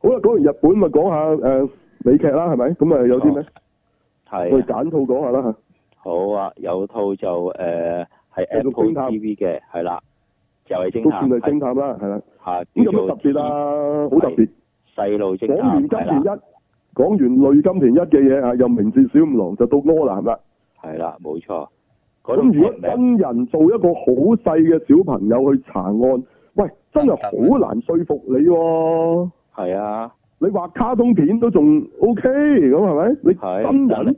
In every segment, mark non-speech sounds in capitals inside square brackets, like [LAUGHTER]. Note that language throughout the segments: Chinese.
好啦，講完日本咪講下誒美劇啦，係咪？咁啊有啲咩？我哋哦係啊揀套講下啦嚇。好啊，有套就誒係繼續 Apple 偵探 TV 嘅，係啦，又係都偵算係探，偵探啦，係啦。係咁嚇有叫乜做特別啊？好特別。細路偵講完探，金係田啦，一，講完類金田一嘅嘢啊，又明治小五郎就到柯南啦。係啦，冇錯。嗰套咁如果劇名真人做一個好細嘅小朋友去查案，喂，真係好難說服你喎、係啊，你畫卡通片都仲 O K 咁係咪？係你真但係人，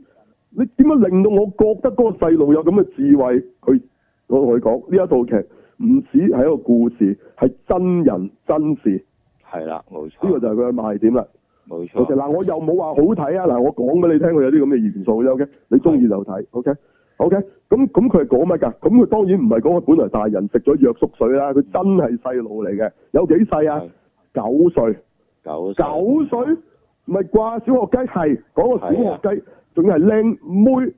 你點樣令到我覺得嗰個細路有咁嘅智慧？佢我同佢講呢一套劇唔止係一個故事，係真人真事，啊係啦，冇呢、個錯，就係佢嘅賣點啦。冇 O K 錯，嗱，我又冇話好睇啊！嗱，我講俾你聽，佢有啲咁嘅元素啫。O K，你中意就睇。O K，O K，咁咁佢係講乜㗎？咁佢當然唔係講佢本來大人食咗藥縮水啦，佢真係細路嚟嘅。有幾細啊係？九歲。九九歲唔係掛小學雞，係講個小學雞，仲要係啊靚妹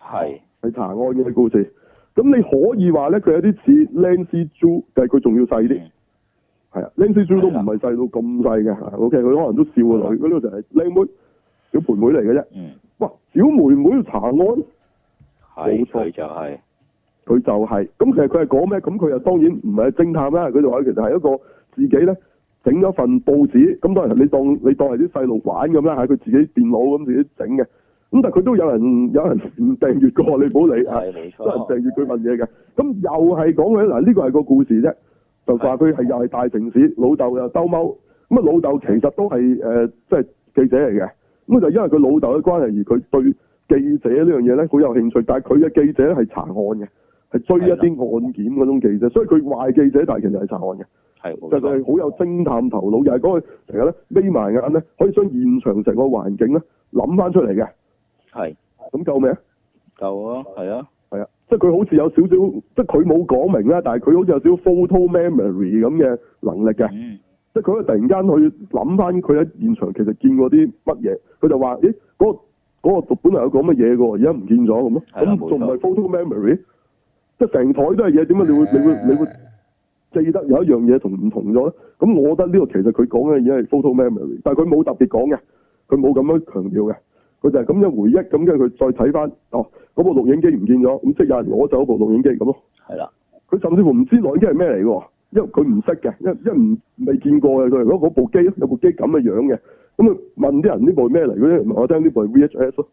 係係查案嘅故事。咁你可以話咧，佢有啲似 Nancy Drew，但係佢仲要細啲嗯。係啊，Nancy Drew 都唔係啦係細到咁細嘅。OK，佢可能都笑個女，嗰啲就係啊靚妹小妹妹嚟嘅啫。嗯哇，小妹妹查案，冇係錯啊佢佢就係就係、咁。其實佢係講咩？咁佢又當然唔係偵探啦。佢就話其實係一個自己咧整咗份報紙。咁當然你當你當係啲細路玩咁啦，係佢自己電腦咁自己整嘅。咁但係佢都有人有人 [LAUGHS] 唔訂閱過，你唔好理啊。[LAUGHS] 係都冇係錯，訂閱佢份嘢嘅。咁又係講佢嗱，呢個係個故事啫，就話佢係又係大城市，老豆又兜踎，咁啊老豆其實都係誒即係記者嚟嘅，咁就因為佢老豆嘅關係而佢對記者呢樣嘢咧好有興趣，但係佢嘅記者咧係查案嘅，係追一啲案件嗰種記者，所以佢壞記者，但係其實係查案嘅。係冇就係佢錯，係好有偵探頭腦，又係講佢成日咧眯埋眼咧，可以將現場成個環境咧諗翻出嚟嘅。係咁夠未啊？夠啊，係啊，係啊，即係佢好似有少少，即係佢冇講明啦，但係佢好似有少少 photo memory 咁嘅能力嘅，嗯即係佢突然間去諗翻佢喺現場其實見過啲乜嘢，佢就話：咦，嗰、個嗰、個本來有講乜嘢嘅喎，而家唔見咗咁咯，係啦啊咁冇錯仲唔係 photo memory？即係成台都係嘢，點解你會你會你會記得有一樣嘢同唔同咗咧？咁我覺得呢個其實佢講嘅嘢係 photo memory，但係佢冇特別講嘅，佢冇咁樣強調嘅，佢就係咁樣回憶，咁跟住佢再睇翻，哦，嗰部錄影機唔見咗，咁即係有人攞走部錄影機咁咯。係啦，佢甚至乎唔知內機係咩嚟嘅喎，因為佢唔識嘅，因為因為唔未見過嘅佢嗰嗰部機有部機咁嘅樣嘅，咁佢問啲人呢部係咩嚟嗰啲，咪我聽呢部係 VHS 咯。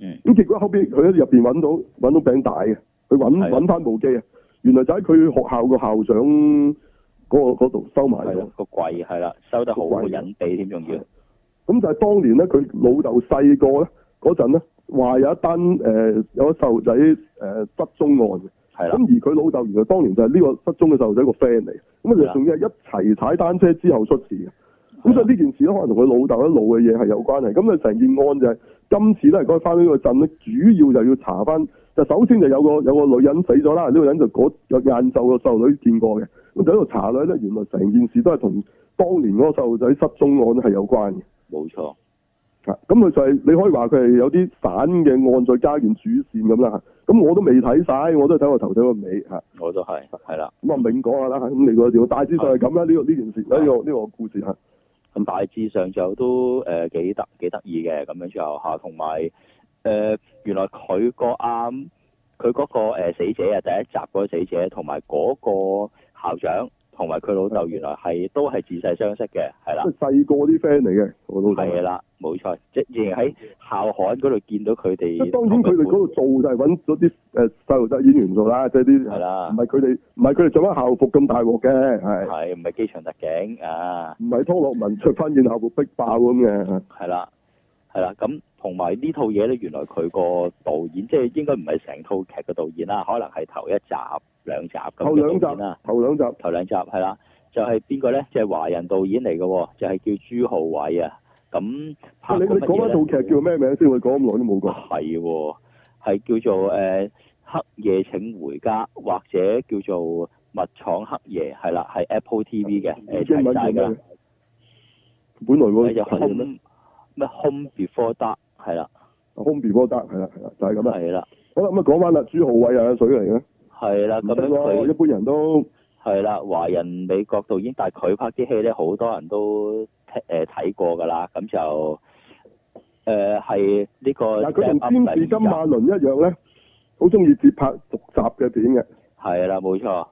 嗯咁結果後邊佢喺入邊揾到揾到餅帶嘅，佢揾係啊揾翻部機啊，原來就喺佢學校個校長嗰個嗰度收埋係啊咗啦。，個櫃係啦，收得好隱蔽添，仲要咁就係當年咧，佢老豆細個咧嗰陣咧，話有一單誒、呃有個細路仔誒失蹤案嘅。係咁啦，而佢老豆原來當年就係呢個失蹤嘅細路仔個 friend 嚟，咁啊係就啦仲要係一齊踩單車之後出事嘅，咁所以呢件事咧可能同佢老豆一路嘅嘢係有關係，咁啊成件案就係、今次咧，講翻呢個鎮咧，主要就要查翻，就首先就有個有個女人死咗啦，呢、個人就嗰有晏晝個細路女見過嘅，咁就喺度查咧，原來成件事都係同當年嗰個細路仔失蹤案係有關嘅。冇錯，啊，咁佢就係、你可以話佢係有啲散嘅案，再加件主線咁啦。咁我都未睇晒，我都係睇個頭睇個尾嚇。我都係，係啦。咁啊，明講下啦，咁你個條大啊致上係咁啦，呢個呢件事，呢個呢個故事嚇，咁大致上就都誒幾得幾得意嘅咁樣就嚇，同埋誒原來佢個啱佢嗰個、呃、死者啊，第一集嗰個死者同埋嗰個校長同埋佢老豆原來係都係自細相識嘅，係啦即，係細個啲 friend 嚟嘅，我老豆。係啊啦，冇錯，即係仍然喺校刊嗰度見到佢即哋係當然佢哋嗰度做就係揾咗啲誒細路仔演員做啦，即係啲係啦唔係佢哋唔係佢哋着翻校服咁大鑊嘅，係係唔係機場特警啊？唔係湯洛文着翻件校服逼爆咁嘅？係啦，係啦，咁同埋呢套嘢咧，原來佢個導演即係應該唔係成套劇嘅導演啦，可能係頭一集、兩集咁頭兩嘅集導演啦，頭兩集頭兩集係啦，就係邊個咧？就係華人導演嚟嘅喎，就係叫朱浩偉啊。咁拍啊你過你乜講嘢啊翻呢套劇叫咩名先？我講咁耐都冇講。係喎，係叫做誒、呃黑夜請回家，或者叫做密廠黑夜，係啦，係 Apple TV 嘅誒英文叫齊晒㗎啦咩，？本來佢就個 Home 咩咩 Home Before Dark 係啦， Home Before Dark 係啦係啦，就係咁啦。係啦。好啦，咁啊講翻啦，朱浩偉啊水嚟嘅，係啦，唔咁得樣咯，一佢般人都係啦，華人美國導演，但係佢拍啲戲咧，好多人都聽誒睇過㗎啦，咁就誒呃係呢個但係佢 step up 同詹士第金二集馬倫一樣咧，好中意接拍續集嘅片嘅。係啦，冇錯，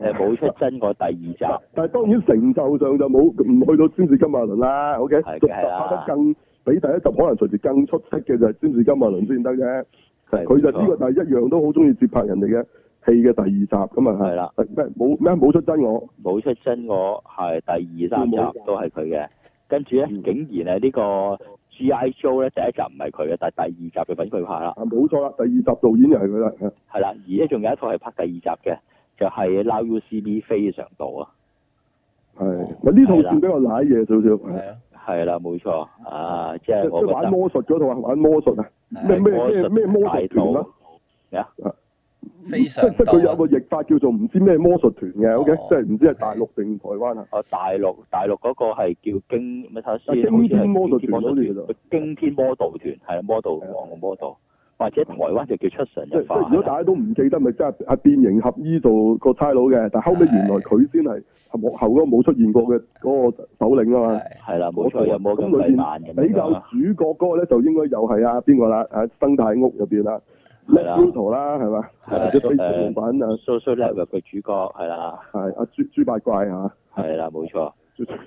誒冇出真過第二集，但係當然成就上就冇唔去到詹士金馬倫啦，OK，係續集梗係拍得啦更比第一集可能隨時更出色嘅就係詹士金馬倫先得啫。係佢就冇錯呢個但係一樣都好中意接拍人哋嘅戲嘅第二集咁啊，係啦，咩冇咩冇出真我，冇出真我係第二三集都係佢嘅，跟住咧嗯竟然咧呢個 G.I. Joe 咧第一集唔係佢嘅，但係第二集就揾佢拍啦，啊冇錯啦，第二集導演又係佢啦，啊係係啦，而咧仲有一套係拍第二集嘅，就係 Now You See Me 非常道啊，咪呢套係啦算比較賴嘢少少，係係哦啊，係啦，冇錯，啊，即係即我即覺玩得。魔術嗰套啊，玩魔術啊，咩係咩咩咩魔術團啊啊啦，即即非常多 [LAUGHS] 佢有啊個譯法叫做唔知咩魔術團嘅，OK，哦即係唔知係大陸定台灣啊，哦，大陸大陸嗰個係叫經咩睇下先，啊好似驚係天魔盜團驚天好似魔盜團驚天魔盜團係啊魔盜王嘅魔盜，或者台灣就叫出神即即入化。如果大家都唔記得，咪即係阿變形俠醫做個差佬嘅，但後尾原來佢先係幕後嗰個冇出現過嘅嗰個首領啊嘛。係係啦，冇嗰個錯，有冇咁咁裏鬼邊慢咁比較樣啦？啊主角嗰個咧，就應該又係啊邊個啦？啊生態屋入邊啦係啦 l u t o 啦，係嘛？係啦即非常版啊，蘇蘇叻入嘅主角係啦，係阿豬豬八怪啊，係啦，冇錯。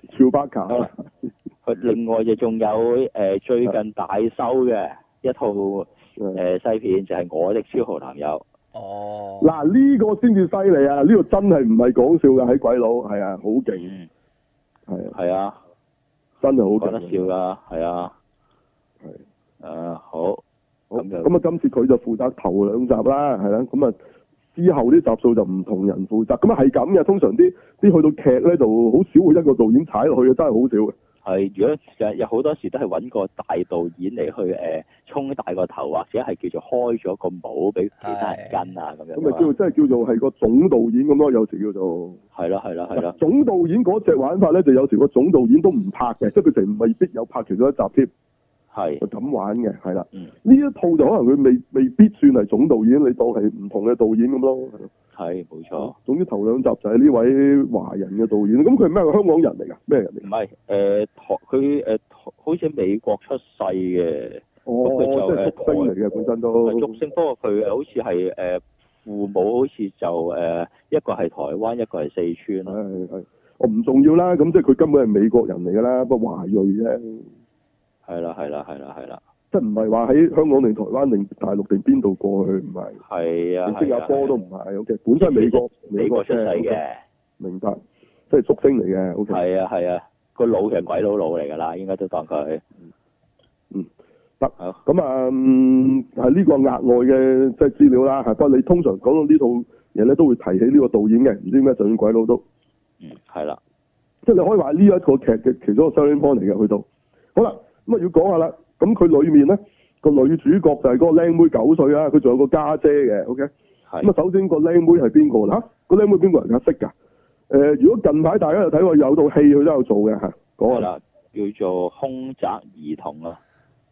超巴卡啊啦，佢另外就仲有誒最近大收嘅一套誒係西片，就係《我的超豪男友哦，嗱呢個先至犀利啊！呢個真係唔係講笑㗎，喺鬼佬係啊，好》。勁，嗯，係啊，係啊。真係好講得勁。啊笑噶，係啊，係誒好，好咁就咁啊，今次佢就負責頭兩集啦，係啦，咁啊之後啲集數就唔同人負責，咁啊係咁嘅。通常啲啲去到劇咧就好少會一個導演踩落去嘅，真係好少嘅。係啊如果有有好多時都係揾個大導演嚟去誒衝大個頭，或者係叫做開咗個帽俾其他人跟啊咁樣咁啊㗎叫嘛。真係叫做係個總導演咁咯，有時叫做。係咯係咯係啊咯，總導演嗰隻玩法咧，就有時個總導演都唔拍嘅，即係佢哋未必有拍其中一集添，係就咁玩嘅，係啦。嗯呢一套就可能佢未未必算係總導演，你當係唔同嘅導演咁咯。係咯係冇錯，總之頭兩集就係呢位華人嘅導演，咁佢係咩香港人嚟㗎？咩人嚟㗎唔？係誒台佢誒台好似美國出世嘅，哦，佢就即係係哦竹星嚟嘅本身都。俗星不過佢好似係誒父母好似就誒一個係台灣，一個係四川啦。係係，我唔重要啦。咁即係佢根本係美國人嚟㗎啦，不過華裔啫，係啦係啦係啦係啦，即係唔係話喺香港定台灣定大陸定邊度過去唔係。係啊啊係啊新加坡都唔係，OK，本身係美國美國出世啫，OK，嘅。明白，即係竹星嚟嘅，OK。係啊係啊，個腦其實鬼佬腦嚟㗎啦，應該都當佢。嗯，得好。咁啊，嗯係呢個額外嘅即係資料啦。係不過你通常講到呢套嘢咧，都會提起呢個導演嘅，唔知點解就算鬼佬都，嗯，係啦，即係你可以話呢一個劇嘅其中一個 selling point 嚟嘅，去到。好啦，咁啊要講下啦。咁佢裡面咧個女主角就係嗰個靚妹九歲啊啦，佢仲有個家姐嘅，OK。咁啊係，首先個靚妹係邊個啦？嚇個靚妹邊個人㗎？識㗎？誒、如果近排大家有睇過有套戲，佢都有做嘅嚇，係講啊下啦，叫做空宅兒童啊，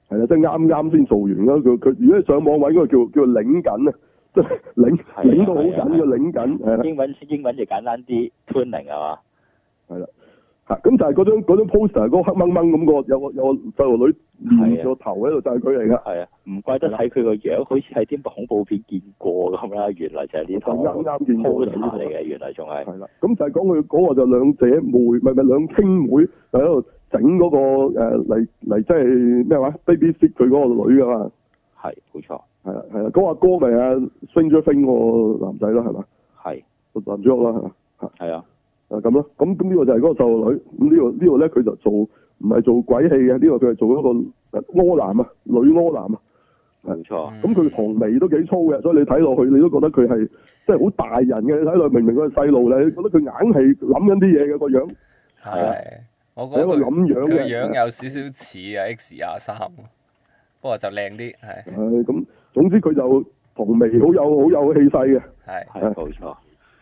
係啦，即係啱啱先做完啦。佢佢如果你上網揾嗰個叫叫領緊啊， [LAUGHS] 即係領係啊領到好係啊緊嘅領緊，係啦英文英文就簡單啲，twinning 係嘛？嚇。咁就係嗰張嗰張 poster 嗰個黑掹掹咁個，有個有個細路女連個頭喺度，就係佢嚟㗎。係啊，唔怪得睇佢個樣，好似喺啲恐怖片見過咁啦，原來就係呢套啱啱見過 poster 就係呢套嚟嘅，原來仲係係啦，咁就係講佢嗰個就兩姐妹，唔係唔係兩兄妹，就喺度整嗰個誒嚟嚟即係咩話 baby sit 佢嗰個女㗎嘛。係冇錯，係啦，係啦，啊嗰個阿哥咪阿升咗升個男仔咯，係嘛，係個男主角啦，係嘛，係啊，啊咁咯，咁咁呢個就係嗰個細路女，咁呢度呢度咧佢就做唔係做鬼戲嘅，呢個佢係做一個呃柯南啊，女柯南啊，冇錯，咁佢唐眉都幾粗嘅，所以你睇落去你都覺得佢係即係好大人嘅，你睇落去明明佢係細路咧，你覺得佢硬係諗緊啲嘢嘅個樣，係，我覺係得一個佢諗樣佢嘅樣有少少似啊 X 廿三，不過就靚啲，係係咁，總之佢就唐眉好有好有氣勢嘅。係係冇錯，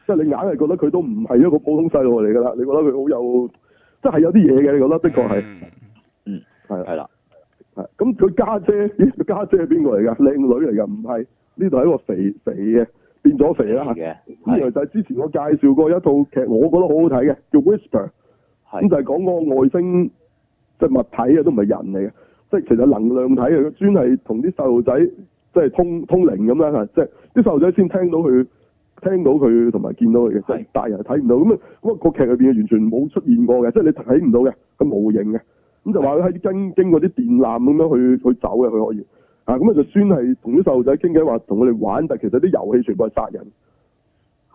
即係你硬係覺得佢都唔係一個普通細路嚟㗎啦，你覺得佢好有，即係有啲嘢嘅，你覺得的確係嗯係啦係啦，係啊咁佢家姐，咦佢家姐係邊個嚟㗎？靚女嚟㗎，唔係呢度係一個肥肥嘅，變咗肥啦嚇。嘅，咁原來係就係之前我介紹過一套劇，我覺得好好睇嘅，叫 Whisper，咁係就係講嗰個外星即係物體啊，都唔係人嚟嘅，即係其實能量體啊，專係同啲細路仔即係通通靈咁啦嚇，即係啲細路仔先聽到佢。聽到佢同埋見到佢嘅，即係係大人係睇唔到咁啊！咁啊個劇裏邊完全冇出現過嘅，即係你睇唔到嘅，佢模型嘅。咁就話佢喺經經過啲電纜咁樣去去走嘅，佢可以啊咁啊就專係同啲細路仔傾偈話同佢哋玩，但係其實啲遊戲全部係殺人。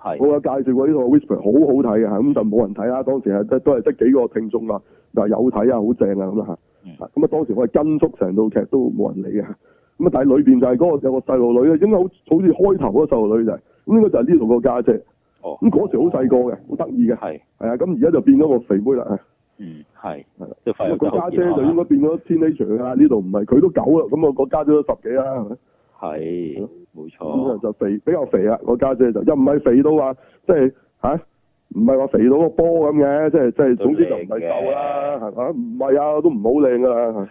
我係有介紹過呢套 Whisper 好好睇嘅，咁就冇人睇啦。當時係得都係得幾個聽眾話嗱有睇啊，好正啊咁啦嗯嚇。咁啊當時我係跟足成套劇都冇人理嘅。咁啊但係裏邊就係嗰個有個細路女啊咧，應該好好似開頭嗰個細路女就係、咁應該就係呢度個家姐。哦，咁嗰時好細個嘅，好得意嘅，係係啊。咁而家就變咗個肥妹啦。係嗯係係啦，即係發育咁啊個得家好姐就應健該變咗 teenager 啦。呢度唔係佢都九啦，咁啊個家姐都十幾啦，係咪？康啊係冇咁就錯，就肥比較肥啦，我家姐就又唔係肥到話即係嚇，唔係話肥到個波咁嘅，即係即係都總之就唔係瘦啦，係嘛？唔係啊，都唔好靚噶啦。啊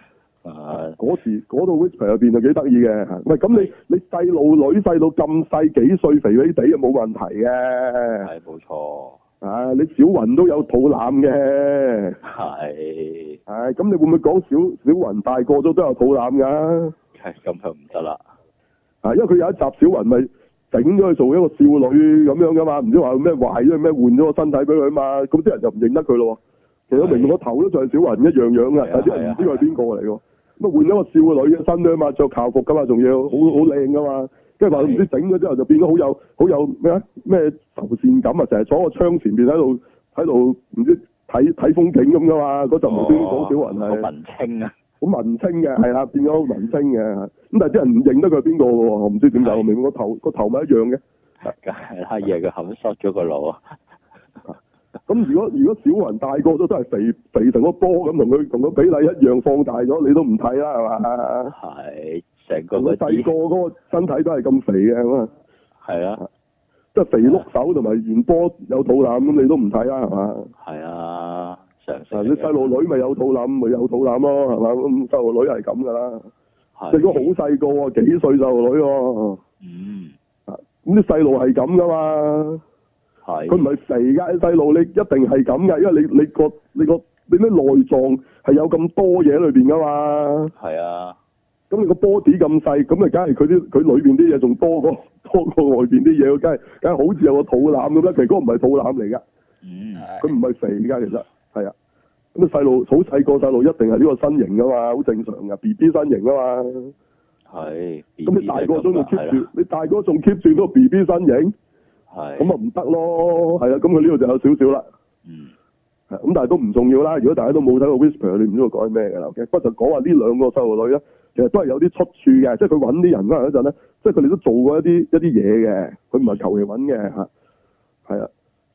嗰時嗰度 Whisper 入邊就幾得意嘅，嚇喂咁你你細路女細到咁細幾歲肥肥地就冇問題嘅，係冇錯，啊你小雲都有肚腩嘅，係係咁你會唔會講小小雲大個咗都有肚腩㗎？係咁就唔得啦，啊，因為佢有一集小雲咪整咗佢做一個少女咁樣噶嘛，唔知話咩壞咗咩換咗個身體俾佢嘛，咁啲人就唔認得佢咯喎。其實明明個頭都仲係小雲一樣樣係嘅，啊但啲人唔知佢係邊個嚟喎。咁啊換咗個少女嘅身啫嘛，着校服噶嘛，仲要好好靚噶嘛。跟住話佢唔知整咗之後就變咗好有好有咩啊咩愁善感啊，成日坐喺個窗前邊喺度喺度唔知睇睇風景咁噶嘛。嗰陣無端端講小雲哦個係。文 [LAUGHS] 青啊，好文青嘅，係啦，變咗好文青嘅，咁但係啲人唔認得佢係邊個嘅喎，我唔知點解，係我明明個頭個頭咪一樣嘅。梗係啦，以為佢冚塞咗個腦啊，咁如果如果小雲大個咗都係肥肥成個波咁，同佢同佢比例一樣放大咗，你都唔睇啦，係嘛？係成個同佢嗰細個啲嗰個身體都係咁肥嘅咁啊，係啊即係肥碌手同埋圓波有肚腩咁，你都唔睇啦，係嘛？係啊，常識啊嚟你嘅細路女咪有肚腩，咪有肚腩咯，係嘛？咁細路女係咁噶啦，係你如果好細個喎，幾歲細路女喎？嗯啊咁啲細路係咁噶嘛？係佢唔係肥㗎，啲細路你一定係咁㗎，因為你你個你個你啲內臟係有咁多嘢喺裏邊㗎嘛，係啊咁你個波子咁細，咁啊梗係佢啲佢裏邊啲嘢仲多過 [LAUGHS] 多過外邊啲嘢，梗係梗係好似有個肚腩咁啦，其實嗰個唔係肚腩嚟㗎，嗯佢唔係肥㗎，其實係啊，咁啊細路好細個細路一定係呢個身形㗎嘛，好正常㗎，B B 身形㗎嘛，係咁你大個咗仲 keep 係住，你大個仲 keep 住嗰個 B B 身形，係咁啊唔得咯，係啊，咁佢呢度就有少少啦。嗯係咁但係都唔重要啦。如果大家都冇睇過 Whisper，你唔知我講緊咩㗎啦。OK，不過就講話呢兩個細路女咧，其實都係有啲出處嘅，即係佢揾啲人翻嚟嗰陣咧，即係佢哋都做過一啲一啲嘢嘅，佢唔係求其揾嘅嚇，係啊。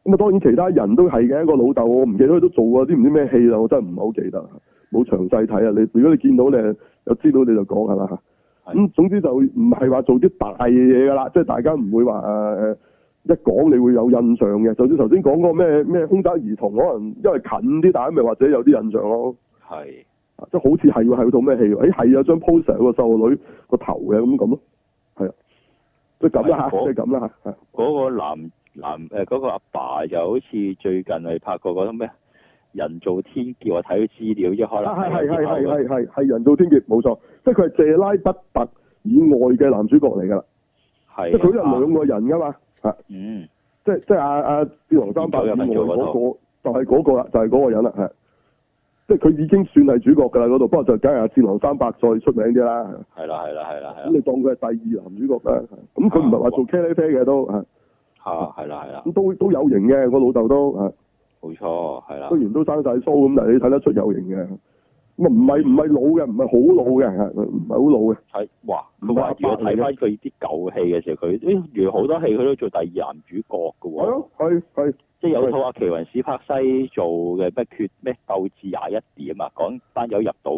咁啊，當然其他人都係嘅，個老豆我唔記得佢都做過啲唔知咩戲啦，我真係唔係好記得，冇詳細睇啊。你如果你見到你有資料你就講係啦嚇。係咁總之就唔係話做啲大嘢㗎啦，即係大家唔會話誒誒。呃一講你會有印象嘅，就算頭先講嗰個咩咩空宅兒童，可能因為近啲，大家咪或者有啲印象咯。係啊即係好似係喎，係套咩戲喎？誒係有張 poster 有個細路女個頭嘅咁咁咯，係啊，即係啊咁啦嚇，係即係咁啦嚇，係嗰個男男誒嗰個阿爸就好似最近係拍過嗰種咩人造天橋，我睇到資料啫，可能啊係有係係係啲後係係係人造天劫冇錯，即係佢係謝拉不特以外嘅男主角嚟㗎啦，係即係佢都係啊兩個人㗎嘛，嚇，嗯即係即係阿阿志龍三百以外嗰個就係嗰個啦，就係嗰個人啦，係，即係佢已經算係主角㗎啦嗰度，不過就梗係阿志龍三百再出名啲啦。係啊係啦係啦係啦咁係啦你當佢係第二男主角啦。咁佢唔係話做茄喱啡嘅都，啊嚇係啦係啦咁都都有型嘅。我老豆都啊，冇錯係啦雖然都生晒鬚咁，但係你睇得出有型嘅。咁啊唔係唔係老嘅，唔係好老嘅，啊唔係好老嘅。睇哇唔佢係話阿如伯果嚟嘅睇翻佢啲舊戲嘅時候，佢咦原來好多戲佢都做第二男主角嘅係喎。咯，係係即係有套阿奇雲史柏西做嘅咩決咩鬥智廿一點啊，講班友入到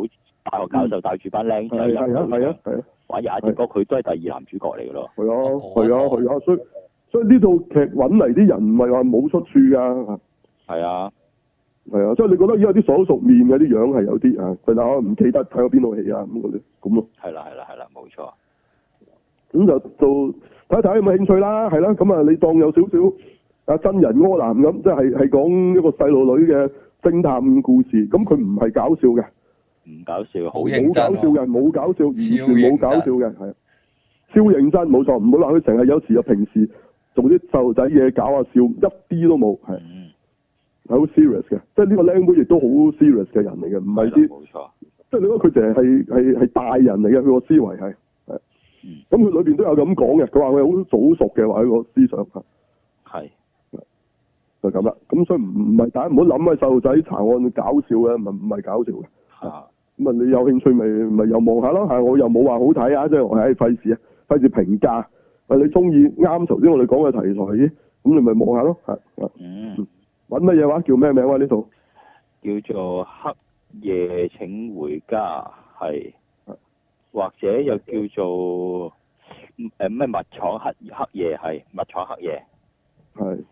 大學教授帶住班僆仔係係啊入係啊到係啊玩廿一點歌，佢都係第二男主角嚟嘅咯。係啊我係啊我係啊，所以所以呢套劇揾嚟啲人唔係話冇出處㗎。係啊，係啊，所以你覺得而家啲熟口熟面嘅啲樣係有啲啊，佢但我唔記得睇過邊套戲啊咁嗰啲咁咯。係啦，係啦，係啦，冇錯。咁就做睇一睇有冇興趣啦，係啦，咁啊你當有少少啊真人柯南咁，即係係講一個細路女嘅偵探故事，咁佢唔係搞笑嘅，唔搞笑，好好認冇真搞笑嘅，冇搞笑，完全冇搞笑嘅，係啊超認真，冇錯，唔好話佢成日有時啊，平時做啲細路仔嘢搞下笑，一啲都冇，係啊嗯，係好 serious 嘅，即係呢個靚妹亦都好 serious 嘅人嚟嘅，唔係係啦啲冇錯，即係你覺得佢淨係係係係大人嚟嘅，佢個思維係係嗯咁佢裏邊都有咁講嘅，佢話佢好早熟嘅，話佢個思想係係就咁啦。咁所以唔唔係大家唔好諗啊，細路仔查案搞笑嘅，唔係唔係搞笑嘅。啊，咁啊，你有興趣咪咪又望下咯嚇，我又冇話好睇啊，即係我唉費事啊，費事評價。喂，你中意啱頭先我哋講嘅題材咦咁你咪望下咯嚇。啊嗯，揾乜嘢話叫咩名話啊呢套？叫做黑夜請回家，係係，或者又叫做誒咩物廠黑黑夜係物廠黑夜，係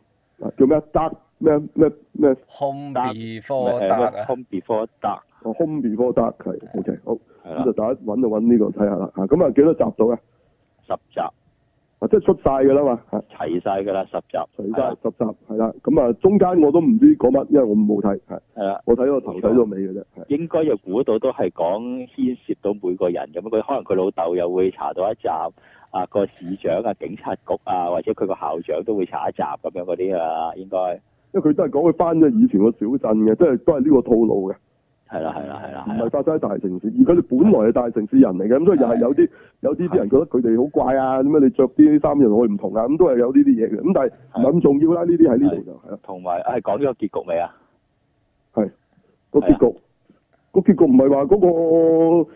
啊叫咩？Dark 咩咩咩？ Home Dark， before 咩 dark 咩啊， Home Before Dark 哦，Home Before Dark 係 OK 好。係咁就啦，大家揾就揾呢個睇下啦嚇。咁啊幾多集到啊？十集啊即係出晒㗎啦嘛嚇，齊晒㗎啦，十集，啊除係晒啦十集係啊啦。咁啊中間我都唔知講乜，因為我冇睇係，係啦。我睇咗個頭睇到尾嘅啫。係應該又估到都係講牽涉到每個人咁，佢可能佢老豆又會查到一集，啊個市長啊、警察局啊，或者佢個校長都會查一集咁樣嗰啲啊，應該因為佢都係講佢翻咗以前個小鎮嘅，即係都係呢個套路嘅，係啦係啦係啦啊唔係係啦，發生喺大城市。而佢哋本來係大城市人嚟嘅，咁所啊以又係有啲有啲啲人覺得佢哋好怪啊，點解你着啲衫又同我哋唔同啊？咁都係有呢啲嘢嘅。咁啊但係唔係咁重要啦，呢啲喺呢度就係啦。同埋係講呢個結局未啊？個結局個結局唔係話嗰個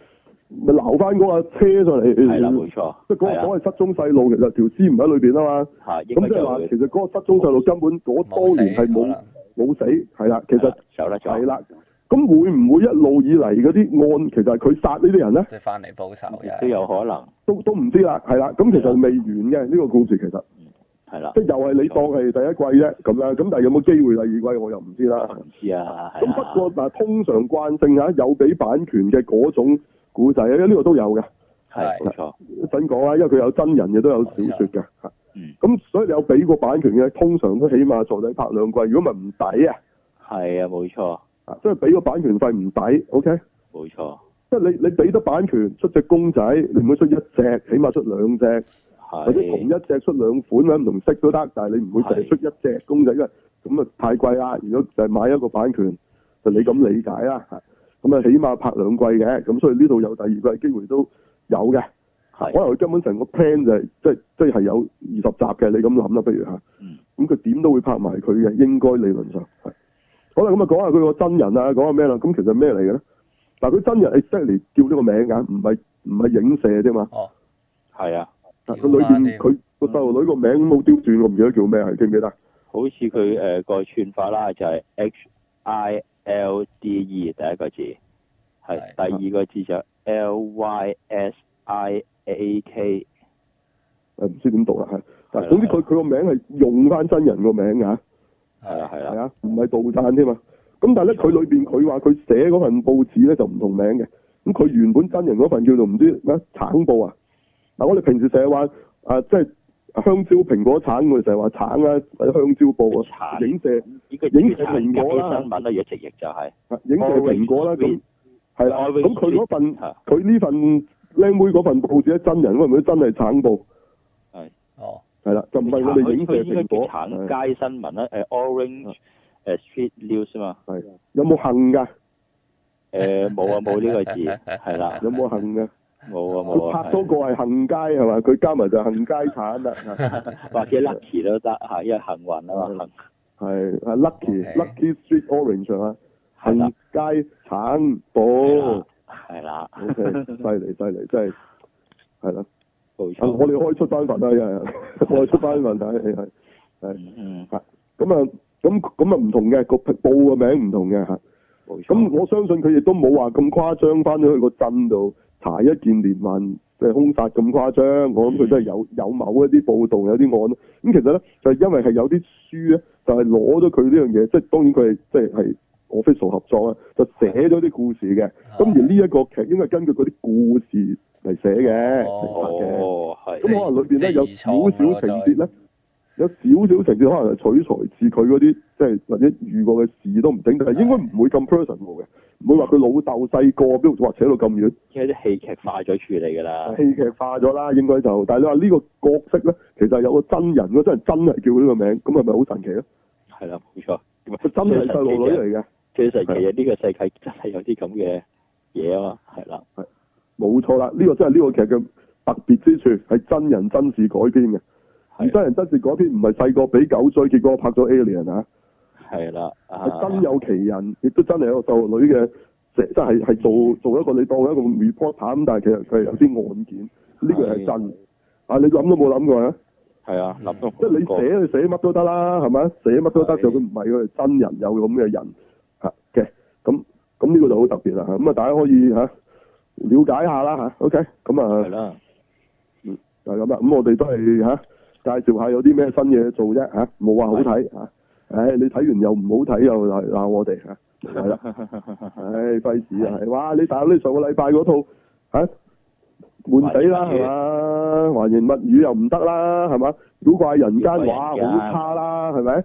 咪撈翻嗰架車上嚟。係啦冇錯，嗯即係係嗰啦個所謂失蹤細路，其實條屍唔喺裏邊啊嘛。嚇應咁該即係就話，會其實嗰個失蹤細路根本嗰冇當死年係可冇能冇死，係啦。其係實啦走得係咗，啦。咁會唔會一路以嚟嗰啲案，其實係佢殺呢啲人咧，即係翻嚟報仇又都係有可能都都唔知啦。係啦。咁其啊實未完嘅呢個故事，其實係啦即，係又係你當係第一季啫咁樣。咁但係有冇機會第二季，我又唔知啦。唔知啊，係咁啦不過但係通常慣性啊，有俾版權嘅嗰種古仔咧，呢個都有嘅。係冇錯，一陣講啊啦，因為佢有真人嘅都有小説嘅。嗯咁所以你有俾個版權嘅，通常都起碼坐底拍兩季，如果咪唔抵啊，係啊冇錯啊即係俾個版權費唔抵，OK？冇錯即係你你俾得版權出只公仔，你唔會出一隻，起碼出兩隻，或者同係一隻出兩款或者唔同色都得，但係你唔會淨係係出一隻公仔，因為咁啊太貴啦。如果就係買一個版權，就你咁理解啦。嚇咁啊，起碼拍兩季嘅，咁所以呢度有第二季嘅機會都有嘅。可係能佢根本成個 plan 就係即係即係有二十集嘅，你咁諗啦，不如嚇。嗯咁佢點都會拍埋佢嘅，應該理論上係。好啦，咁啊講下佢個真人啊，講下咩啦？咁其實咩嚟嘅咧？嗱，佢真人 exactly 叫咗個名㗎，唔係唔係影射啫嘛。哦，係啊。但佢裏邊點啊佢個細路女個名好刁轉，我唔記得叫咩，係記唔記得？好似佢誒個串法啦，就係 H I L D E 第一個字，係第二個字就 L Y S I A K，誒唔知點讀啦，係。但係啦啊總之係佢佢個名係用翻真人個名㗎，係啦係係係啦，啊，唔係盜讚添嘛。咁但係咧，佢裏邊佢話佢寫嗰份報紙咧就唔同名嘅。咁佢原本真人嗰份叫做唔知咩橙報啊。嗱，我哋平時成日話啊，即係香蕉、蘋果、橙，我哋成日話橙啊，或者香蕉報啊，橙影射呢個影啊影射射蘋蘋果果啦新聞啦，若直譯就係影射蘋果啦，咁 Orange 係啦。 Orange 咁佢嗰份嚇佢呢份靚妹嗰份報紙咧，真人嗰份真係橙報，哦，係啦，就唔係我哋影射佢應該蘋果嗯叫。橙街新聞啦，誒 Orange 誒 Street News 啊嘛，係有冇恨㗎？誒冇 [LAUGHS] 啊冇呢個字，係啦有冇恨㗎？冇啊佢冇拍啊，多個係行街係嘛？佢加埋就行街橙啦。嚇 [LAUGHS] 或者 Lucky 都得嚇，因為幸運啊嘛，係啊，Lucky OK Lucky Street Orange 啊，係行啦街橙幸堡係啦， ，OK，犀利犀利，真係係啦。冇啊我錯，哋可以出單份啦，又係 [LAUGHS] 我哋出單份睇係係嗯咁啊，咁咁啊唔同嘅個報嘅名唔同嘅嚇。冇錯，咁我相信佢亦都冇話咁誇張，翻咗去個鎮度查一件連環即係兇殺咁誇張。我諗佢都係有有某一啲報道，有啲案。咁其實咧就係因為係有啲書咧，就係攞咗佢呢樣嘢，即係當然佢係即係係 official 合作啊，就寫咗啲故事嘅。咁而呢一個劇應該係根據嗰啲故事嚟寫嘅，嚟拍嘅。哦係啊咁可能裏邊咧有少少情節咧，有少少情節可能係取材自佢嗰啲，即係或者遇過嘅事都唔整，但係應該唔會咁 personal 嘅，唔會話佢老豆細個邊度話扯到咁遠，因為啲戲劇化咗處理㗎啦。戲劇化咗啦，應該就。但係你話呢個角色咧，其實有個真人，嗰真人真係叫呢個名，咁係咪好神奇咧？係啦，冇錯。佢真係細路女嚟嘅，最神奇嘅呢個世界真係有啲咁嘅嘢啊嘛，係啦，冇錯啦。呢、個真係呢個劇嘅特別之處，係真人真事改編嘅。而真係人真事改編唔係細個俾狗追，結果拍咗 Alien 啊，係啦，啊係真有其人，亦都真係有個細路女嘅，即係真係係做做一個你當一個 reporter 咁，但係其實佢係有啲案件，呢個係係真。啊！你諗都冇諗過啊！係啊，諗都即係你寫你寫乜都得啦，係咪？寫乜都得，係就佢唔係佢係真人有咁嘅人嚇嘅，咁咁呢個就好特別啦嚇。咁啊，大家可以嚇、了解下啦嚇、OK，咁係啊啦，就啊係咁啦。咁我哋都係嚇、介紹下有啲咩新嘢做啫嚇，冇、話好睇嚇。唉、你睇完又唔好睇又鬧鬧我哋嚇，係 [LAUGHS] 啦。唉，費事啊！係哇，你大佬你上個禮拜嗰套嚇、悶死啦係嘛？還言物語又唔得啦係嘛？古怪人間話好差啦係咪？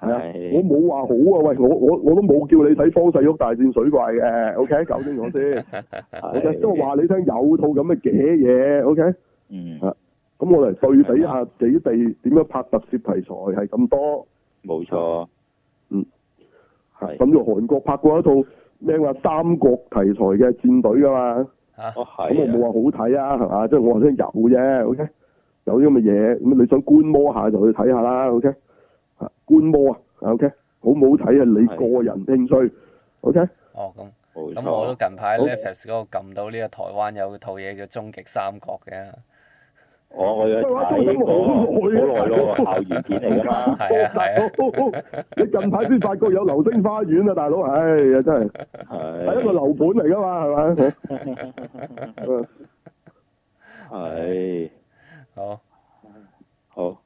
係啊，我係冇話好啊，喂，我我我都冇叫你睇《方世玉大戰水怪》嘅，OK，搞清楚 [LAUGHS] 先。我就都話你聽有套咁嘅嘅嘢，OK，咁嗯我嚟對比下幾地點樣拍特攝題材係咁多，冇錯，係咁就韓國拍過一套咩話三國題材嘅戰隊噶嘛，嚇哦係咁我冇啊，話好睇啊，係嘛？即係我話聽有啫，OK，有啲咁嘅嘢，咁你想觀摩下就去睇下啦，OK，啊觀摩啊，OK，好唔好睇啊？你個人興趣，OK。哦咁，冇咁我都錯，近排好 Netflix 嗰度撳到呢個台灣有套嘢叫《終極三國》嘅，我我有睇過好耐咯，校園片嚟㗎嘛，係啊係啊，啊！你近排先發覺有流星花園啊，大佬，唉，真係係一個係樓盤嚟噶嘛，係咪？嗯係好好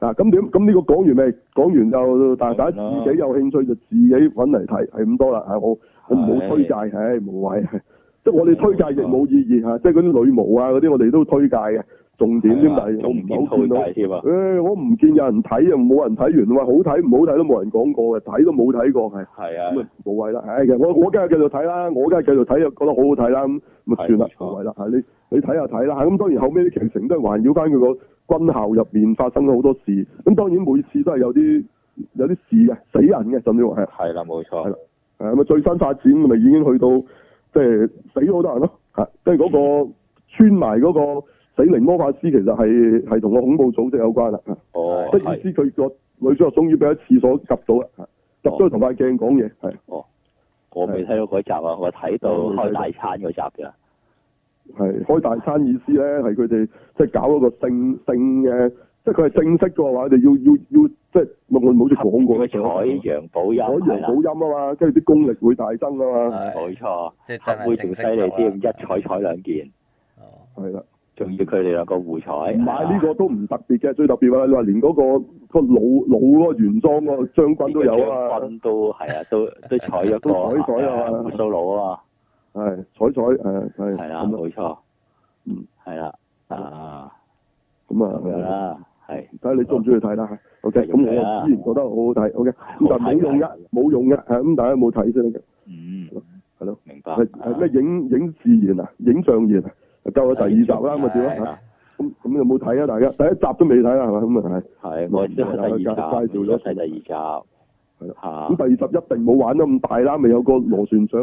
嗱，啊咁點？咁呢個講完未？講完就大大家自己有興趣就自己揾嚟睇，係咁多啦。嚇，我我唔好推介，唉，無謂。 [LAUGHS] 即係我哋推介亦冇意義嚇，即係嗰啲女模啊嗰啲，我哋都推介嘅。重點添，但係我仲唔唔係好見推到。介添啊，誒、我唔見有人睇啊，冇人睇完話好睇唔好睇都冇人講過嘅，睇都冇睇過係。係咁啊啊，無謂啦，唉，其實我我梗係繼續睇啦，我梗係繼續睇，又覺得好好睇啦，咁咪係算啦無冇，錯謂啦，係你你睇下睇啦，咁當然後尾啲劇情都係環繞翻佢個軍校入面發生咗好多事，咁當然每次都係有啲有啲事嘅，死人嘅，甚至乎係係啦冇錯，誒咁啊最新發展咪已經去到即係死咗好多人咯，嚇，即係嗰個穿埋嗰個死靈魔法師其實係係同個恐怖組織有關啦，嚇哦即係意係思佢個女主角終於俾喺廁所及到啦，嚇及咗去同塊鏡講嘢，係。我未睇到嗰集啊，我睇到開大餐嗰集㗎，係開大餐意思咧，係佢哋即係搞一個性性嘅，即係佢係正式嘅話，你要要要即係我我冇似講過海洋保音海係洋啦好。音啊嘛，跟住啲功力會大增啊嘛，係冇錯，即係真黑妹係仲犀正式利做添，啦一彩彩兩件，哦係啦。仲要佢哋兩個互彩。唔係呢個都唔特別嘅，最特別啊！你話連嗰、個、個老老嗰個原裝嗰個將軍都有啊嘛，軍都係啊， [LAUGHS] 都都彩咗個都彩彩啊胡鬚佬啊係彩彩誒係嘛，係咁啦，啊冇錯，嗯，係啦，啊咁咁樣啊，啦，係睇下你中唔中意睇啦？OK，咁我係啊依然覺得好好睇，OK，咁但係冇用好嘅睇，冇用嘅，係咁大家有冇睇先得嘅。嗯，係咯，明白，啊係係咩影影視言啊，影像言啊，夠咗第二集啦，咁啊點係啊？啦？咁咁有冇睇啊？大家第一集都未睇啊，係咪咁啊？係我先睇第二介集，紹咗我睇第二集，係係咁第二集一定冇玩得咁大啦，未有個螺旋槳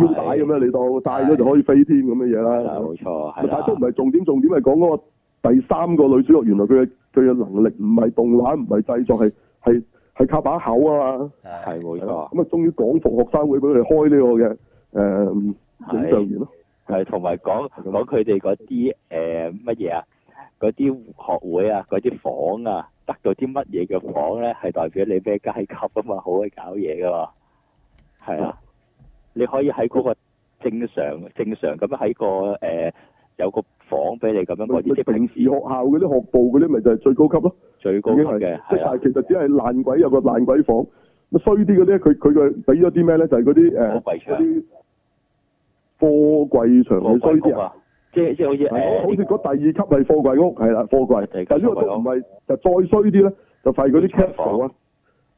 腰帶咁樣，你當戴咗就可以飛天咁嘅嘢係啦，啦。啊冇錯，係但係都唔啦，係重點，重點係講嗰個第三個女主角，原來佢嘅佢嘅能力唔係動畫，唔係製作，係係係靠把口啊嘛。係係係冇啦錯，咁啊，終於港服學生會俾佢哋開呢個嘅誒影像言咯。係同埋講講佢哋嗰啲誒乜嘢啊，嗰啲學會啊，嗰啲房啊，得到啲乜嘢嘅房咧，係代表你咩階級啊嘛，好鬼搞嘢噶嘛，係啊，你可以喺嗰個正常正常咁樣喺個誒、呃有個房俾你咁樣嗰咪啲，即係平平時學校嗰啲學部嗰啲，咪就係最高級咯。最高級嘅即係係但啊係其實只係爛鬼有個爛鬼房，咁衰啲嗰啲佢佢嘅俾咗啲咩咧？就係嗰啲誒貨嗰櫃場啲貨櫃場係貨衰櫃啲局啊，哦啊，即係即係好似係好似誒嗰第二級係貨櫃屋，係啦，貨第櫃二級。但呢個貨櫃都屋哦唔係，就再衰啲咧，就發現嗰啲棺材 capsule 啊，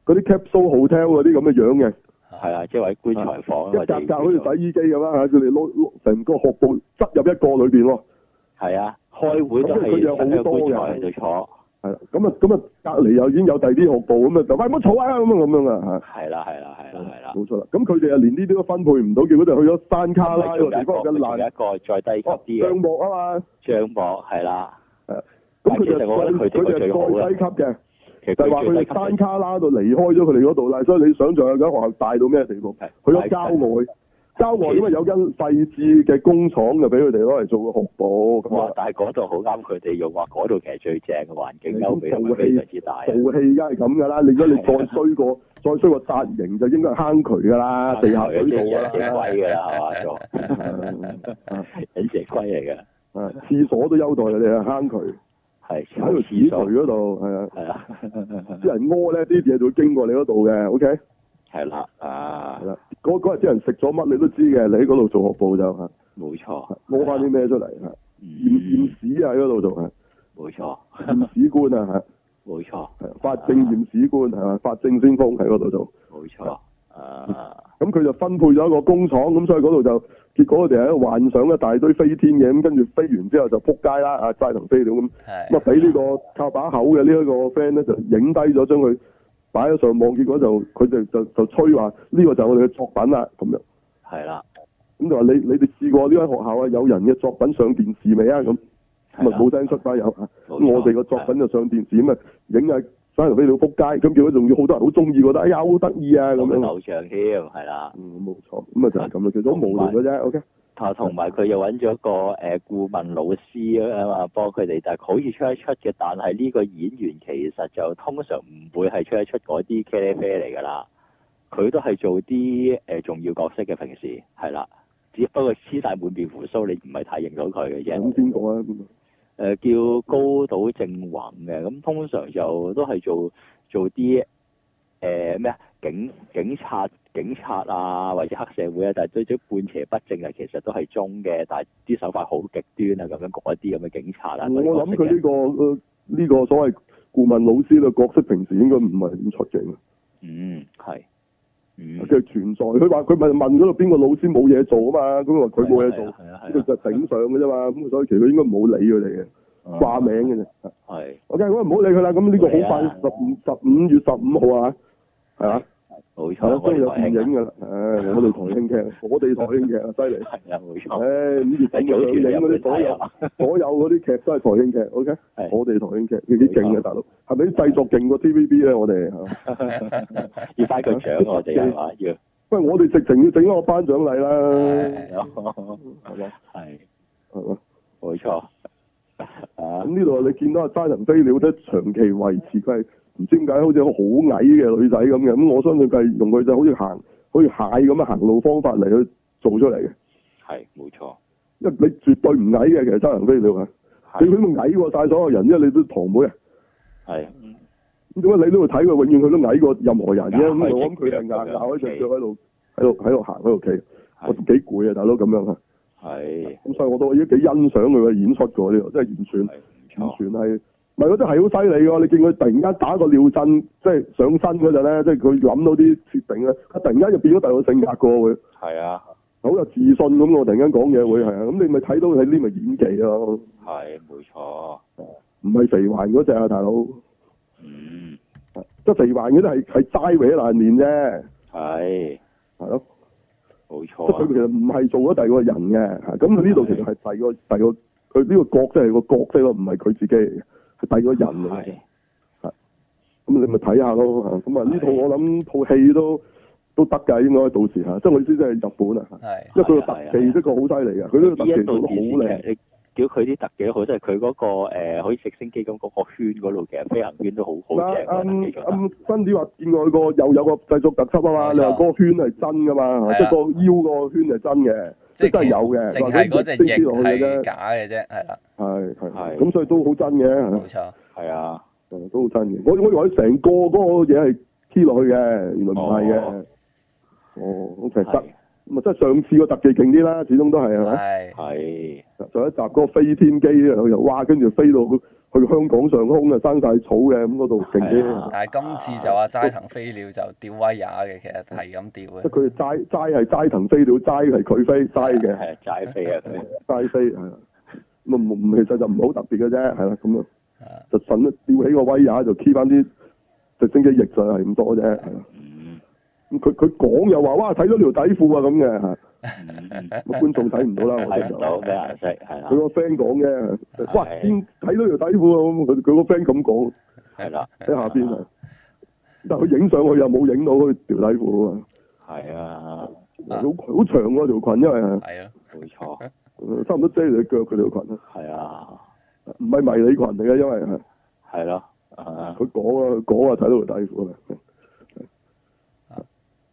嗰啲 capsule hotel 嗰啲咁嘅樣嘅，係啊，即係話棺材房啊一格格好似係洗衣機咁啦啊嚇，佢哋攞攞成個學部塞入一個裏邊喎，係啊，開會都係咁佢有好喺個多棺嘅材度坐，係啦，咁啊咁啊隔離又已經有第二啲學部咁啊，就喂乜嘈啊咁樣咁樣啊嚇。係啦係啦係啦係啦。嗯冇錯啦，咁佢哋啊連呢啲都分配唔到，結果就去咗山卡咁啊拉咪個仲有地一方個嘅咪仲有爛一個再低哦級帳啲嘅幕啊嘛，帳幕係啦，咁佢就其實我覺得佢哋佢係最好就嘅再低級嘅。其實就係話佢最低哋級山卡拉度離開咗佢哋嗰度啦，所以你想象下間學校大到咩地步？係去咗郊外，郊外因為有間廢置嘅工廠就俾佢哋攞嚟做個學部，咁哇啊！但係嗰度好啱佢哋用，話嗰度其實最正嘅環境優美你度咁非常之大啊。啊做戲梗係咁噶啦，你如果你再衰過，再衰過紮營就應該係坑渠噶啦，地下水道啊養噶啊隻啦，龜㗎啦，係嘛？做 [LAUGHS] 養隻龜嚟嘅，啊廁所都優待佢哋啊，坑渠係喺度屎渠嗰度，係啊，係啊，啲人屙咧啲嘢就會經過你嗰度嘅，OK，係係啦，啊，啦，嗰嗰日啲人食咗乜你都知嘅，你喺嗰度做學部就嚇冇錯，攞翻啲咩出嚟嚇。驗驗嗯，屎啊喺嗰度做啊，冇錯，驗屎官啊冇錯，係係法證驗屎官係嘛，法證先鋒喺嗰度做，冇錯，嗯啊，咁佢就分配咗一個工廠，咁所以嗰度就結果佢哋喺度幻想一大堆飛天嘅，咁跟住飛完之後就撲街啦，啊齋藤飛鳥咁，咁啊係俾呢個靠把口嘅呢一個 friend 咧就影低咗，將佢擺咗上網，結果就佢就就就吹話呢個就係我哋嘅作品啦咁樣，係啦，咁就話你你哋試過呢間學校啊有人嘅作品上電視未啊咁，咁係啊啦冇聲出翻有啊。冇錯我哋個作品就上電視咁啊，影啊山頭飛鳥撲街，咁結果仲要好多人好中意，覺得哎呀好得意啊咁有個樣。偶像添，係啦，嗯，冇錯，咁啊就係咁啦，其實好無聊嘅啫。OK，同同埋佢又揾咗個誒顧問老師啊嘛，幫佢哋，但係好似出一出嘅，但係呢個演員其實就通常唔會係出一出嗰啲茄喱啡嚟㗎啦，佢都係做啲誒重要角色嘅，平時係啦，只不過黐晒滿面胡鬚，你唔係太認到佢嘅啫。咁邊個啊？誒、呃叫高島正宏嘅，咁通常就都係做做啲誒咩啊警警察警察啊，或者黑社會啊，但係最最半邪不正啊，其實都係中嘅，但係啲手法好極端啊，咁樣嗰啲咁嘅警察啊，嗯我諗佢嗰啲角色嘅呢個呃呢個所謂顧問老師嘅角色，平時應該唔係咁出鏡嘅，嗯係嗯佢存在。佢話佢咪問嗰度邊個老師冇嘢做啊嘛，咁話佢冇嘢做，係啊佢係就頂上嘅啫嘛。咁所以其實佢應該冇理佢哋嘅，啊掛名嘅啫。係 OK，咁唔好理佢啦。咁呢個好係快啊十五十五月十五號啊，係啊。冇錯係啦，，都我有哋啊台電慶影㗎啦。唉，我哋台慶劇，我哋台慶劇啊，犀利啊。係啊冇錯，唉，五月份係早上段映嗰有啲去所睇有啊，所有嗰啲劇都係台慶劇，OK？係我哋台慶劇，佢幾勁嘅啊大佬，係咪啲製作勁過 TVB 咧？我哋係嘛要翻個獎我 [LAUGHS] 哋係嘛要喂，我哋直情要整一個頒獎禮啦，係係嘛？係係嘛？冇錯 [LAUGHS] 啊咁呢度你見到阿山人飛鳥咧，長期維持佢係唔知點解好似好矮嘅女仔咁嘅，咁我相信佢係用佢就好似行好似蟹咁嘅行路方法嚟去做出嚟嘅，係冇錯。因為你絕對唔矮嘅，其實山人飛鳥啊。你係佢都矮過晒所有人，因為你都堂妹啊。係咁點解你都會睇佢？永遠佢都矮過任何人嘅。咬開咁隻我諗佢啊係腳硬咁樣咬喺隻腳喺度，喺度喺度行喺度企。我係幾攰啊，大佬咁樣啊。係咁所以我都已經幾欣賞佢嘅演出嘅呢度，真係完全係唔完錯，全係。唔係，佢真係好犀利㗎！你見佢突然間打個尿震，即係上身嗰陣咧，即係佢諗到啲設定咧，佢突然間就變咗第二個性格個會，係啊，好有自信咁。我突然間講嘢會係啊，咁你咪睇到佢呢咪演技咯，係冇錯，唔係肥環嗰只啊，大佬。嗯，即係肥環嗰啲係係齋搲爛面啫，係係咯，冇即錯係佢其啊，實嗯唔係做咗第二個人嘅，嚇咁佢呢度其實係第二個第二個佢呢個角色係個角色咯，唔係佢自己嚟嘅，係第二個人啊嚟嘅。係咁你咪睇下咯，嚇咁啊呢套係我諗套戲都都得㗎，應該到時嚇，即係我意思即係日本啊，嚇係因為佢個係啊特技的確好犀利嘅，佢呢個特呢技一做度得好靚電視。劇你叫佢啲特技好，即係佢嗰個誒好似直升機咁嗰個圈嗰度嘅飛行圈都好好正啊啊，特技做啱得啱新啲話見過個又有個製作特輯啊嘛，冇錯你話嗰個圈係真㗎嘛，係啊即係個腰個圈係真嘅，即係真係有嘅，淨係嗰隻話佢翼直升機落去嘅啫係。假嘅啫，係啦，係係係咁所以都好真嘅，係冇錯，係啊，係哦都好真嘅。我我以為佢成個嗰個嘢係黐落去嘅，原來唔係嘅哦。哦，OK 得，咁啊係啊即係上次個特技勁啲啦，始終都係係咪？係係上一集嗰個飛天機咧，佢就哇，跟住飛到去香港上空啊，生晒草嘅，咁嗰度勁係啲啊。但係今次就話齋行飛鳥就吊威也嘅，其實係咁吊即係嘅。佢齋齋係齋騰飛到，齋係佢飛，齋嘅係齋飛啊佢。齋飛係啦。咁啊，唔其實就唔好特別嘅啫，係啦，咁啊，啊就順咧吊起個威也就 keep 翻啲直升機翼就係咁多啫，係啦。嗯咁佢佢講又話哇睇到條底褲啊咁嘅，係嗯 [LAUGHS] 嗯咁觀眾睇唔到啦，我哋睇就唔到咩顏色係啦佢，個 friend 講嘅，哇係見睇到條底褲啊咁，佢佢個 friend 咁講係啦，喺下邊啊，但佢影上去又冇影到佢條底褲啊，係啊，好啊好長喎條裙，因為係係咯，冇錯，呃差唔多遮住隻腳佢條裙啊，係啊，唔係迷你裙嚟嘅，因為係係咯，啊，佢講啊佢講啊睇到條底褲啊。嗯好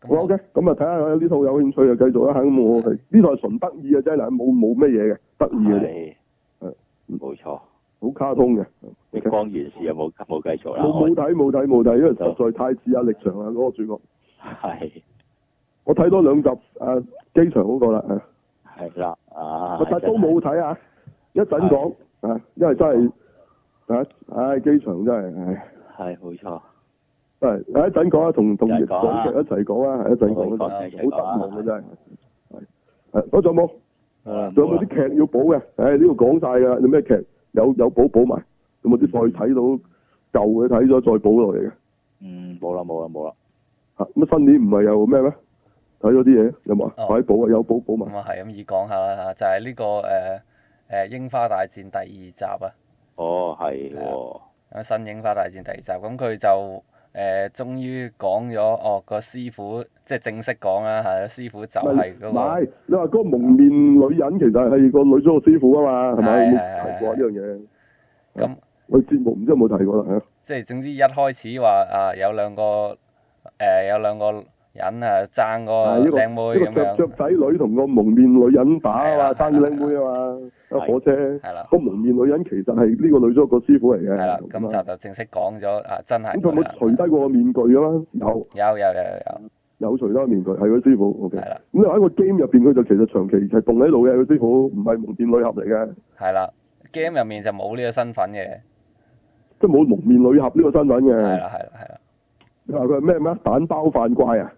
咁 OK，咁啊睇下呢套有興趣就繼續啦，咁我係呢套係純得意嘅啫，嗱冇冇乜嘢嘅，得意嘅啫，係，呃冇錯。好卡通嘅。你 OK 光源氏有冇 [LAUGHS] 冇繼續啦？冇冇睇冇睇冇睇，因為實在太似阿力場啦嗰個主角。係我睇多兩集誒機場嗰個啦，係係啦，啊，我但係都冇睇啊，一陣講啊，因為真係啊，唉機場真係唉係冇錯，真係，一陣講啊，同同一劇陣講啊一齊講啊，係一陣講好啊，講一陣講啊好失望嘅真係。係誒，我仲有冇？誒仲有冇啲劇要補嘅？唉，呢度講晒㗎啦，有咩劇有有補補埋？有冇啲再睇到舊嘅睇咗再補落嚟嘅？嗯，冇啦冇啦冇啦，嚇咁啊新年唔係有咩咩？睇咗啲嘢有冇啊？哦快補啊！有補補埋。咁啊係咁以講下啦嚇，就係呢個誒誒櫻花大戰第二集啊。哦係喎，啊咁新《櫻花大戰》第二集，咁佢就誒、呃、終於講咗，哦個師傅即係正式講啦嚇，師傅就唔係嗰、個係，你話嗰個蒙面女人其實係個女裝師傅啊嘛，係咪？係有冇係提過呢樣嘢？啊咁，我節目唔知有冇提過啦，係啊即係總之一開始話啊有兩個誒、呃有兩個人啊爭係嗰一個個靚妹咁一個雀雀樣，仔女同個蒙面女人打係啊嘛，啦爭靚妹啊嘛，係啊火車。係啦個蒙面女人其實係呢個女裝個師傅嚟嘅。係啦，咁啊今集就正式講咗啊真係咁佢有冇除低嗰個人過個面具㗎嘛？有有有有有有除低個面具，係佢師傅。O K。有係咁啦你話喺個 game 入邊，佢就其實長期係棟喺度嘅，佢師傅唔係蒙面女俠嚟嘅，係啦，game 入面就冇呢個身份嘅，即係冇蒙面女俠呢個身份係嘅。啦係啦係啦，你話佢係咩咩蛋包飯怪啊？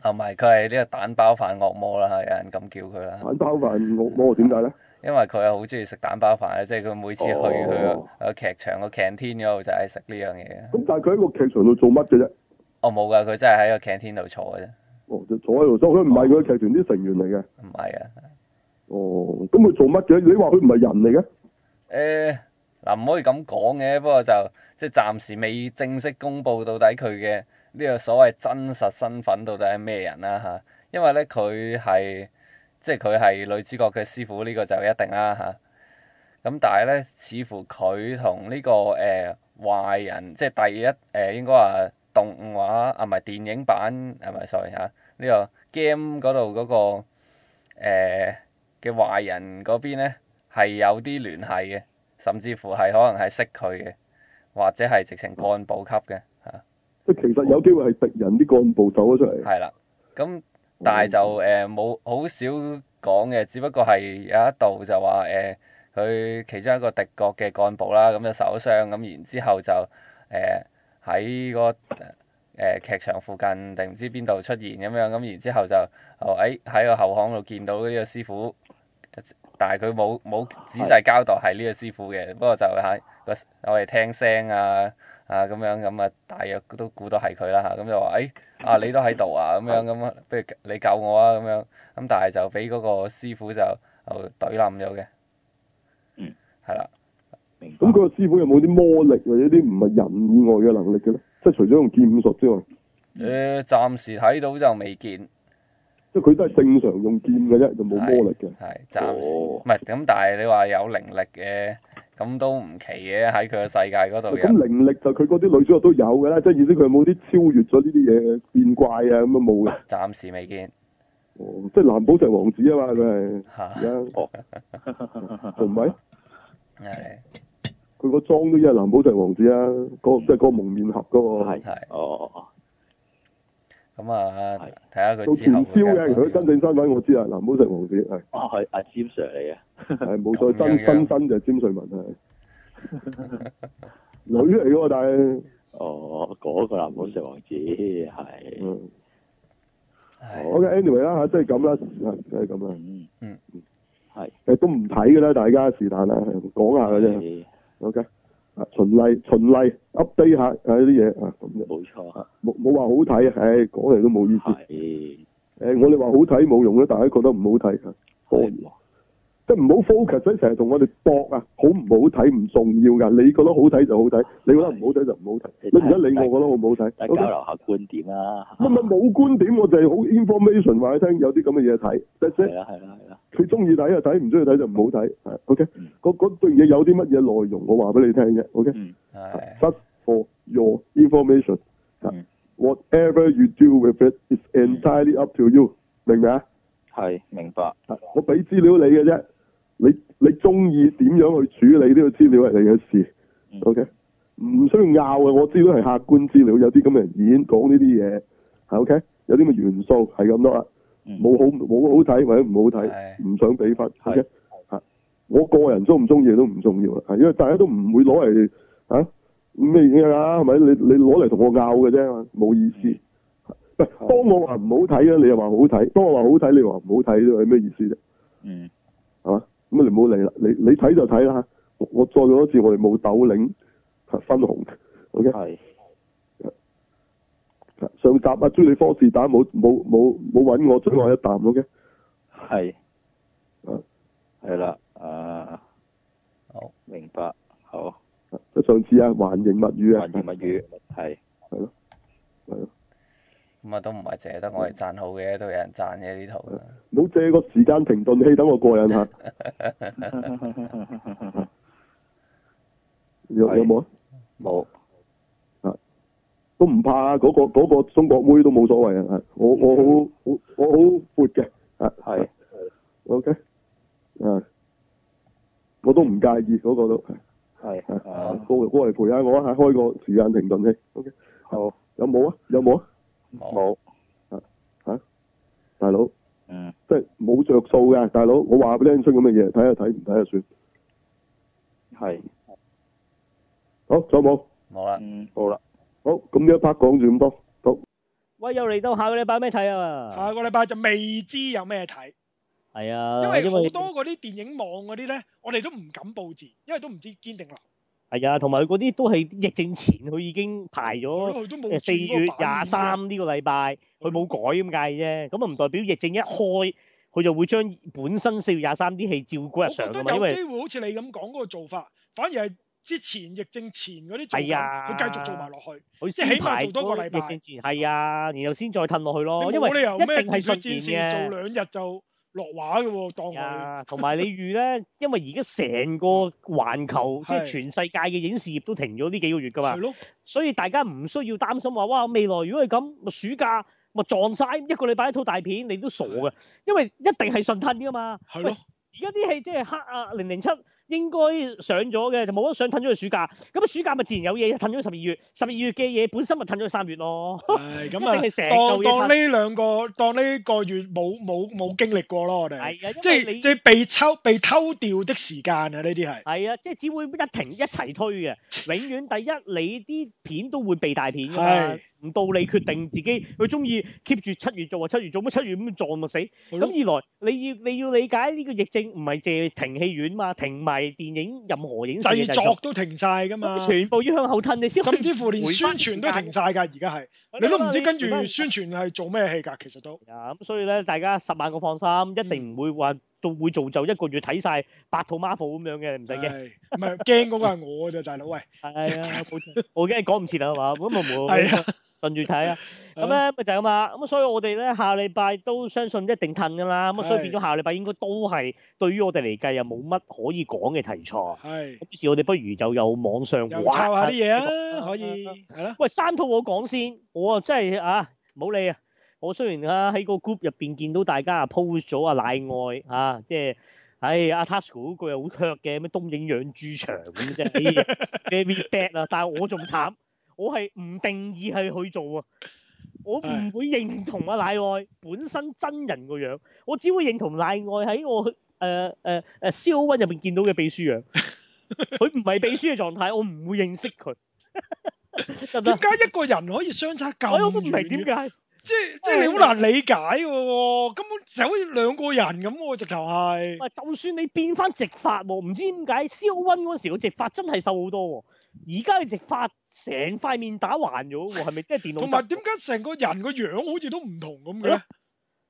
啊唔係佢係呢個蛋包飯惡魔啦，有人咁叫佢啦。蛋包飯我我點解咧？因為佢係好中意食蛋包飯啊咧，即係佢每次去佢哦個劇場個 canteen 嗰度就係食呢樣嘢嘅。咁但係佢喺個劇場度做乜嘅啫？我冇㗎，佢真係喺個 canteen 度坐嘅啫，哦，就坐喺度，所以佢唔係佢劇團啲成員嚟嘅。唔係啊。哦，咁佢做乜嘅？你話佢唔係人嚟嘅？誒呃嗱，唔可以咁講嘅，不過就即係暫時未正式公布到底佢嘅呢個所謂真實身份到底係咩人啦嚇。因為咧佢係即係佢係女主角嘅師傅呢個就一定啦嚇。咁但係咧，似乎佢同呢個誒、呃、壞人，即係第一誒、呃、應該話動畫啊，唔係電影版係咪？sorry 嚇，呢、個 game 嗰度嗰個呃嘅、壞人嗰邊咧。係有啲聯繫嘅，甚至乎係可能係識佢嘅，或者係直情幹部級嘅啊嚇，即係其實有機會係敵人啲幹部走咗出嚟。係啦。咁但係就誒冇好少講嘅，只不過係有一度就話誒佢其中一個敵國嘅幹部啦，咁就受咗傷，咁然之後就誒喺嗰個誒劇場附近定唔知邊度出現咁樣，咁然之後就哦誒喺個後巷度見到呢個師傅，但係佢冇冇仔細交代係呢個師傅嘅，不過就係啊個我哋聽聲啊啊咁樣咁啊，大約都估到係佢啦嚇，咁就話誒啊你都喺度啊咁樣咁啊，不如你救我啊咁樣，咁但係就俾嗰個師傅就就懟冧咗嘅，嗯，係啦，明白咁佢個師傅有冇啲魔力或者啲唔係人以外嘅能力嘅咧？即係除咗用劍術之外，誒暫時睇到就未見，即係佢都係正常用劍嘅啫，就冇魔力嘅。係暫時。哦唔係咁，但係你話有靈力嘅，咁都唔奇嘅。喺佢嘅世界嗰度哦咁有，靈力就佢嗰啲女主角都有嘅啦，即係意思佢有冇啲超越咗呢啲嘢變怪啊咁啊 [LAUGHS] 冇嘅。暫時未見哦，即係藍寶石王子啊嘛，佢係嚇而。家哦，哦仲 [LAUGHS] 唔係？係佢個裝都一係哦嗯藍寶石王子啊，嗰個即係嗰個蒙面俠嗰個。係係哦，咁啊係，睇下做佢之傳後銷嘅，佢真正身份我知啊，嗱，唔好食黃子， [LAUGHS] 係啊，係阿 Jim Sir 嚟嘅，係冇錯，咁樣真樣真真就係詹瑞文 [LAUGHS] 係女嚟嘅喎，但係哦，嗰個藍寶石王子係，嗯哦唉好 OK，anyway 啦嚇，即係咁啦，就係咁啦，嗯嗯係誒都唔睇㗎啦，大家是但啦，係講下嘅啫係，OK，啊循例循例 update 下啊啲嘢啊咁啫，冇錯，冇冇話好睇啊，唉講嚟都冇意思，係誒我哋話好睇冇用啦，大家覺得唔好睇啊，好係即係唔好 focus 喺成日同我哋搏啊，好唔好睇唔重要㗎，你覺得好睇就好睇，你覺得唔好睇就唔好睇，係你唔使理我覺得好唔好啊睇大家 OK？交流下觀點啦，唔係冇觀點，我就係好 information 話你聽，有啲咁嘅嘢睇。即係係啦係啦係啦，佢中意睇就睇，唔中意睇就唔好睇。係 OK，嗯嗰嗰段嘢有啲乜嘢內容，我話俾你聽啫。OK，嗯係 just for your information。uh, 嗯 Whatever you do with it is entirely up to you，明唔明啊？啊係明白，我俾資料你嘅啫，你你中意點樣去處理呢個資料係你嘅事嗯，OK？唔需要拗嘅，啊我知道係客觀資料，有啲咁嘅人演講呢啲嘢，係 OK？有啲咁嘅元素係咁多啦，啊嗯冇好冇好睇或者唔好睇，係唔想俾分係，OK？嚇我個人中唔中意都唔重要啦，啊係因為大家都唔會攞嚟嚇咩嘢㗎，係咪？你你攞嚟同我拗嘅啫，冇意思。嗯啊唔係當我話唔好睇啊，你又話好睇；當我話好睇，你又話唔好睇，係咩意思啫？嗯係嘛？咁啊你唔好理啦，你你睇就睇啦。啊我我再講多次，我哋冇斗領啊分紅。OK，係上集啊，朱利科士打冇冇冇冇揾我追我一啖。OK，係啊係啦，啊好明白，好，即係上次啊，環形物語啊文，言物語係咁啊，都唔係淨係得我哋讚好嘅，都有人讚嘅呢套。啊冇借個時間停頓器等我過癮下，有係有冇啊？冇都唔怕嗰、個嗰、個中國妹都冇所謂啊！係我我好好我好闊嘅啊係 OK 啊，我都唔介意嗰、個都係係啊啊，過過嚟陪下我啊，開個時間停頓器。OK，好有冇啊？有冇啊？冇冇大佬，嗯即係冇着數嘅，大佬，我話俾你聽出咁嘅嘢，睇下睇唔睇就算。係好，仲有冇？冇啦，嗯好啦，好，咁呢一 part 講住咁多，好。喂，又嚟到下個禮拜咩睇啊？下個禮拜就未知有咩睇，係啊，因為好多嗰啲電影網嗰啲咧，我哋都唔敢報字，因為都唔知堅定流，係啊，同埋佢嗰啲都係疫症前，佢已經排係咗咯佢都冇誒哦四月啊廿三呢個禮拜，佢冇改咁解啫。咁啊唔代表疫症一開，佢就會將本身四月廿三啲戲照嗰我日覺上得㗎嘛，因有為機會好似你咁講嗰個做法，反而係之前疫症前嗰啲做緊係啊佢繼續做埋落去。佢即先係起碼排做多個嗰禮拜疫症前係啊，然後先再褪落去咯，你哦因冇為理由咩一定電係血順戰延嘅線。做兩日就落畫嘅喎，當佢啊，同埋你預咧，因為而家成個環球即係係全世界嘅影視業都停咗呢幾個月㗎嘛係，咯，所以大家唔需要擔心話哇未來如果係咁，咪暑假咪撞晒一個禮拜一套大片，你都傻嘅，因為一定係順吞㗎嘛。係喂咯，而家啲戲即係黑啊零零七應該上咗嘅，就冇得上褪咗去暑假，咁啊暑假咪自然有嘢褪咗去十二月，十二月嘅嘢本身咪褪咗去三月咯。一係咁定係成啊，當嚿嘢當褪呢兩個當呢個月冇冇冇經歷過咯，我哋係啊，即因為係你即係被抽被偷掉的時間啊，呢啲係係啊，即係只會一停一齊推嘅，永遠第一你啲片都會被大片㗎嘛係，唔到你決定自己佢中意 keep 住七月做啊，七月做乜七月咁撞咪死。係咯咁二來你要你要理解呢個疫症唔係借停戲院嘛，停埋電影任何影視嘅製作都停晒㗎嘛咁，全部要向後褪，你先 [LAUGHS] 甚至乎連宣傳都停晒㗎，而家係你都唔知跟住宣傳。傳係做咩戲㗎，其實都啊，咁所以咧，大家十萬個放心，一定唔會話到會造就一個月睇晒八套 Marvel 咁樣嘅，唔使驚。係唔係驚嗰個係我啫，大佬喂，係啊， [LAUGHS] 冇錯我梗係講唔切啦，係嘛？咁啊冇，係啊，順住睇啊。咁咧嗯咪就係咁啊。咁所以我哋咧下禮拜都相信一定褪噶啦。咁啊，所以變咗下禮拜應該都係對於我哋嚟計又冇乜可以講嘅題材。咁係於是，我哋不如就有網上又畫抄下啲嘢呢啊，個可以係啦，喂，三套我講先，我啊真係啊冇理啊！我雖然啊喺個 group 入邊見到大家啊 post 咗啊奶愛啊，即係唉阿 Tasco 嗰句又好 hurt 嘅，咩東影養豬場咁啫，very bad 啊！但係我仲慘，我係唔定義係去做啊，我唔會認同阿奶愛本身真人個樣，我只會認同奶愛喺我誒誒誒 C O One 呃入邊見到嘅秘書樣。 [LAUGHS] 佢唔係秘書嘅狀態，我唔會認識佢，得唔得點？解一個人可以相差咁我都遠唔明點嘅？解。即係即係你好難理解嘅喎，根本就好似兩個人咁喎，直頭係。喂，就算你變翻直髮喎，唔知點解 C O One 嗰時個直髮真係瘦好多喎，而家嘅直髮成塊面打橫咗喎，係咪即係電腦同執埋點解成個人個樣好似都唔同咁係嘅咯？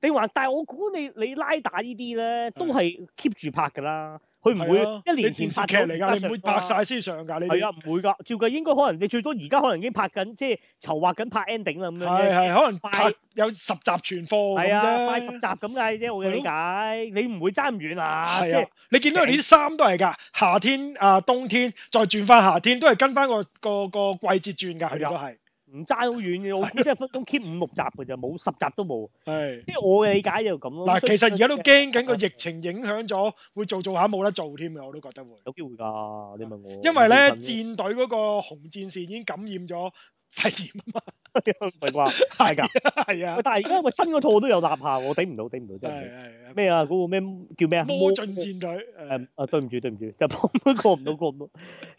你話，但係我估你你拉打呢啲咧，都係 keep 住拍㗎啦。佢唔嗯係啊會一年你前電拍視劇咗嚟㗎，你唔會拍而家上㗎啦。晒先上㗎呢係啲。啊，唔會㗎。照計應該可能你最多而家可能已經拍緊，即係籌劃緊拍 ending 啦咁樣係啫。係，可能快拍有十集全科咁係啊，快十啫集。咁解啫，我嘅理解。你唔會爭咁遠啊，即係係啊，你見到佢哋啲衫都係㗎，夏天啊、冬天，再轉翻夏天，都係跟翻個個個季節轉㗎，佢哋都係。唔爭好遠嘅。我估即係分鐘 keep 五六集㗎咋，冇十集都冇。係。即係我嘅理解就咁咯。嗱，所以其實而家都驚緊個疫情影響咗，會做做下冇得做添嘅，我都覺得會。有機會㗎，你問我。因為咧，我最近戰隊嗰個紅戰士已經感染咗肺炎啊 [LAUGHS] 唔係 [LAUGHS] 啩？係㗎。嘛，係啊喂，，但係而家喂新嗰套我都有立下喎，我頂唔到，頂唔到係真係。係係咩啊？嗰、個咩叫咩啊？魔進戰隊，誒誒啊！對唔住對唔住，就 [LAUGHS] 過唔到過唔到。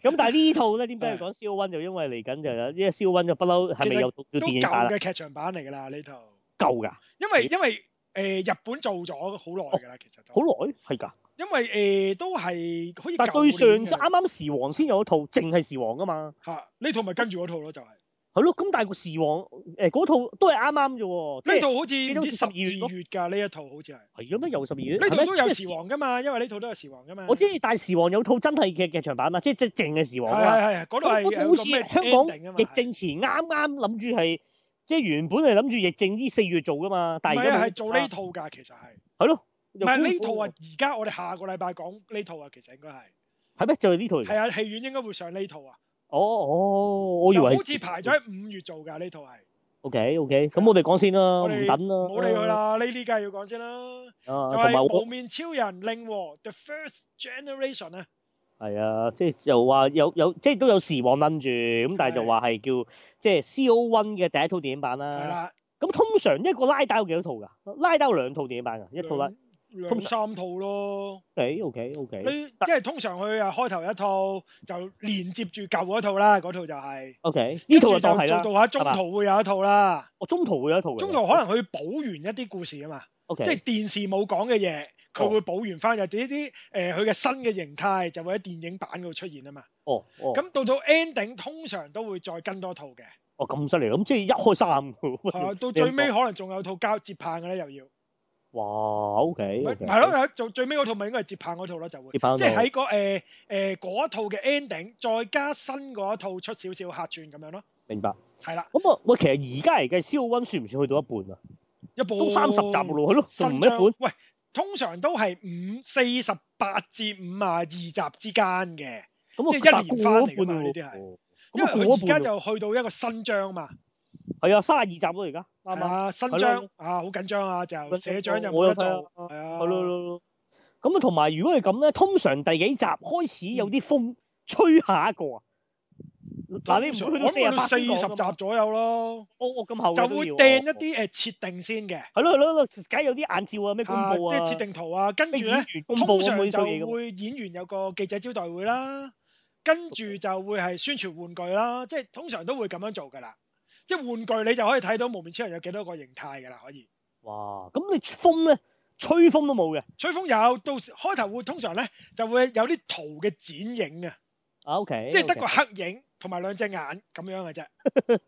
咁但係呢套咧，點解要講 C O One 就因為嚟緊就有，因為 C O One 就不嬲係咪有有都電影版舊啦？嘅劇場版嚟㗎啦呢套，夠㗎，因為因為誒日本做咗好耐㗎啦，其實都，好耐係㗎。因為誒都係好似但係對上舊就年啱嘅啱時王先有一套，淨係時王㗎嘛。嚇，呢套咪跟住嗰套咯，就係係咯，咁但係個時王誒嗰套都係啱啱啫喎。即係呢套好似呢唔套知十12二月㗎呢一套好似係，係咁咩？又十二月呢套都有時。係咪王㗎嘛，因為呢套都有時王㗎嘛，啊我知，但係時王有套真係嘅劇場版嘛，即係即係淨係時係王啊嘛。係係，嗰度係咁有好個咩似香港 ending 啊嘛疫症前啱啱諗住係，即係原本係諗住疫症呢四月做噶嘛，但唔係而係家啊，冇係做呢套㗎，其實係。係咯，唔唔係呢套啊，而家我哋下個禮拜講呢套啊，其實應該係係咩？就係呢套嚟係㗎。啊，戲院應該會上呢套啊，哦哦，我以就為好係似排咗。喺五月做㗎呢套係， O K O K，咁我哋講先啦，我唔哋等啦，冇理佢。啦，呢啲梗係要講先啦，嗯啊，就同埋係我無面超人令和 The First Generation 啊，係啊，即係就話有有即係都有時王擸住，咁但係就話係叫即係 C O One 嘅第一套電影版係啦。啦，咁通常一個拉打有幾多套㗎？拉打有兩套電影版㗎，一套啦。兩兩三套咯， O K O K O K。你即係通常佢啊開頭一套就連接住舊嗰套啦，嗰套就係 O K 呢套就跟住當係做啦。到下中係嘛途會有一套啦，我中途會有一套嘅。中途可能佢補完一啲故事啊嘛。 O K。即係電視冇講嘅嘢，佢哦會補完翻，又啲啲誒佢嘅新嘅形態就會喺電影版嗰度出現啊嘛。哦哦，咁咁到到 ending 通常都會再跟多套嘅，哦咁犀利，咁即係一開三喎係啊 [LAUGHS] 到最尾可能仲有套交接棒嘅咧，又要哇，OK，咪係咯，，係做最尾嗰套咪應該係接棒嗰套咯，就會接棒嗰即套係喺個誒誒嗰一套嘅 ending，再加新嗰一套出少少客串咁樣咯，明白。係啦，咁啊，喂，其實而家嚟計，肖温算唔算去到一半啊？一部都三十集嘅咯，係咯，仲唔新一章半？喂，通常都係五四十八至五啊二集之間嘅。咁啊，即係一年翻嚟㗎過一嘛半呢喎啲係咁因為啊，佢過而一家半喎就去到一個新章嘛，係啊，三十二集咯，而家啱係啱啊，新係章咯啊，好緊張啊，就緊張社長就我冇有得睇啊做，係啊，係咯咯咯。咁啊，同埋如果係咁咧，通常第幾集開始有啲風吹下一個啊？嗱，你唔通會去到常四十我八先諗去到四十講㗎嘛集左右咯，我我咁後就嘅都會要掟我一啲誒呃設定先嘅，係咯係咯，梗係有啲眼照啊，咩公啊，即佈啊，係設定圖啊，跟咩住演咧，員公通佈咁嗰常啲嘢就咁。會演員有個記者招待會啦，跟住就會係宣傳玩具啦，即係通常都會咁樣做㗎啦，即係玩具你就可以睇到無面超人有幾多個形態㗎啦，可以。哇！咁你風咧，吹風都冇嘅。吹風有，到時開頭會通常咧就會有啲圖嘅剪影啊。啊，OK，即係得個黑影同埋兩隻眼咁樣嘅啫。個基咁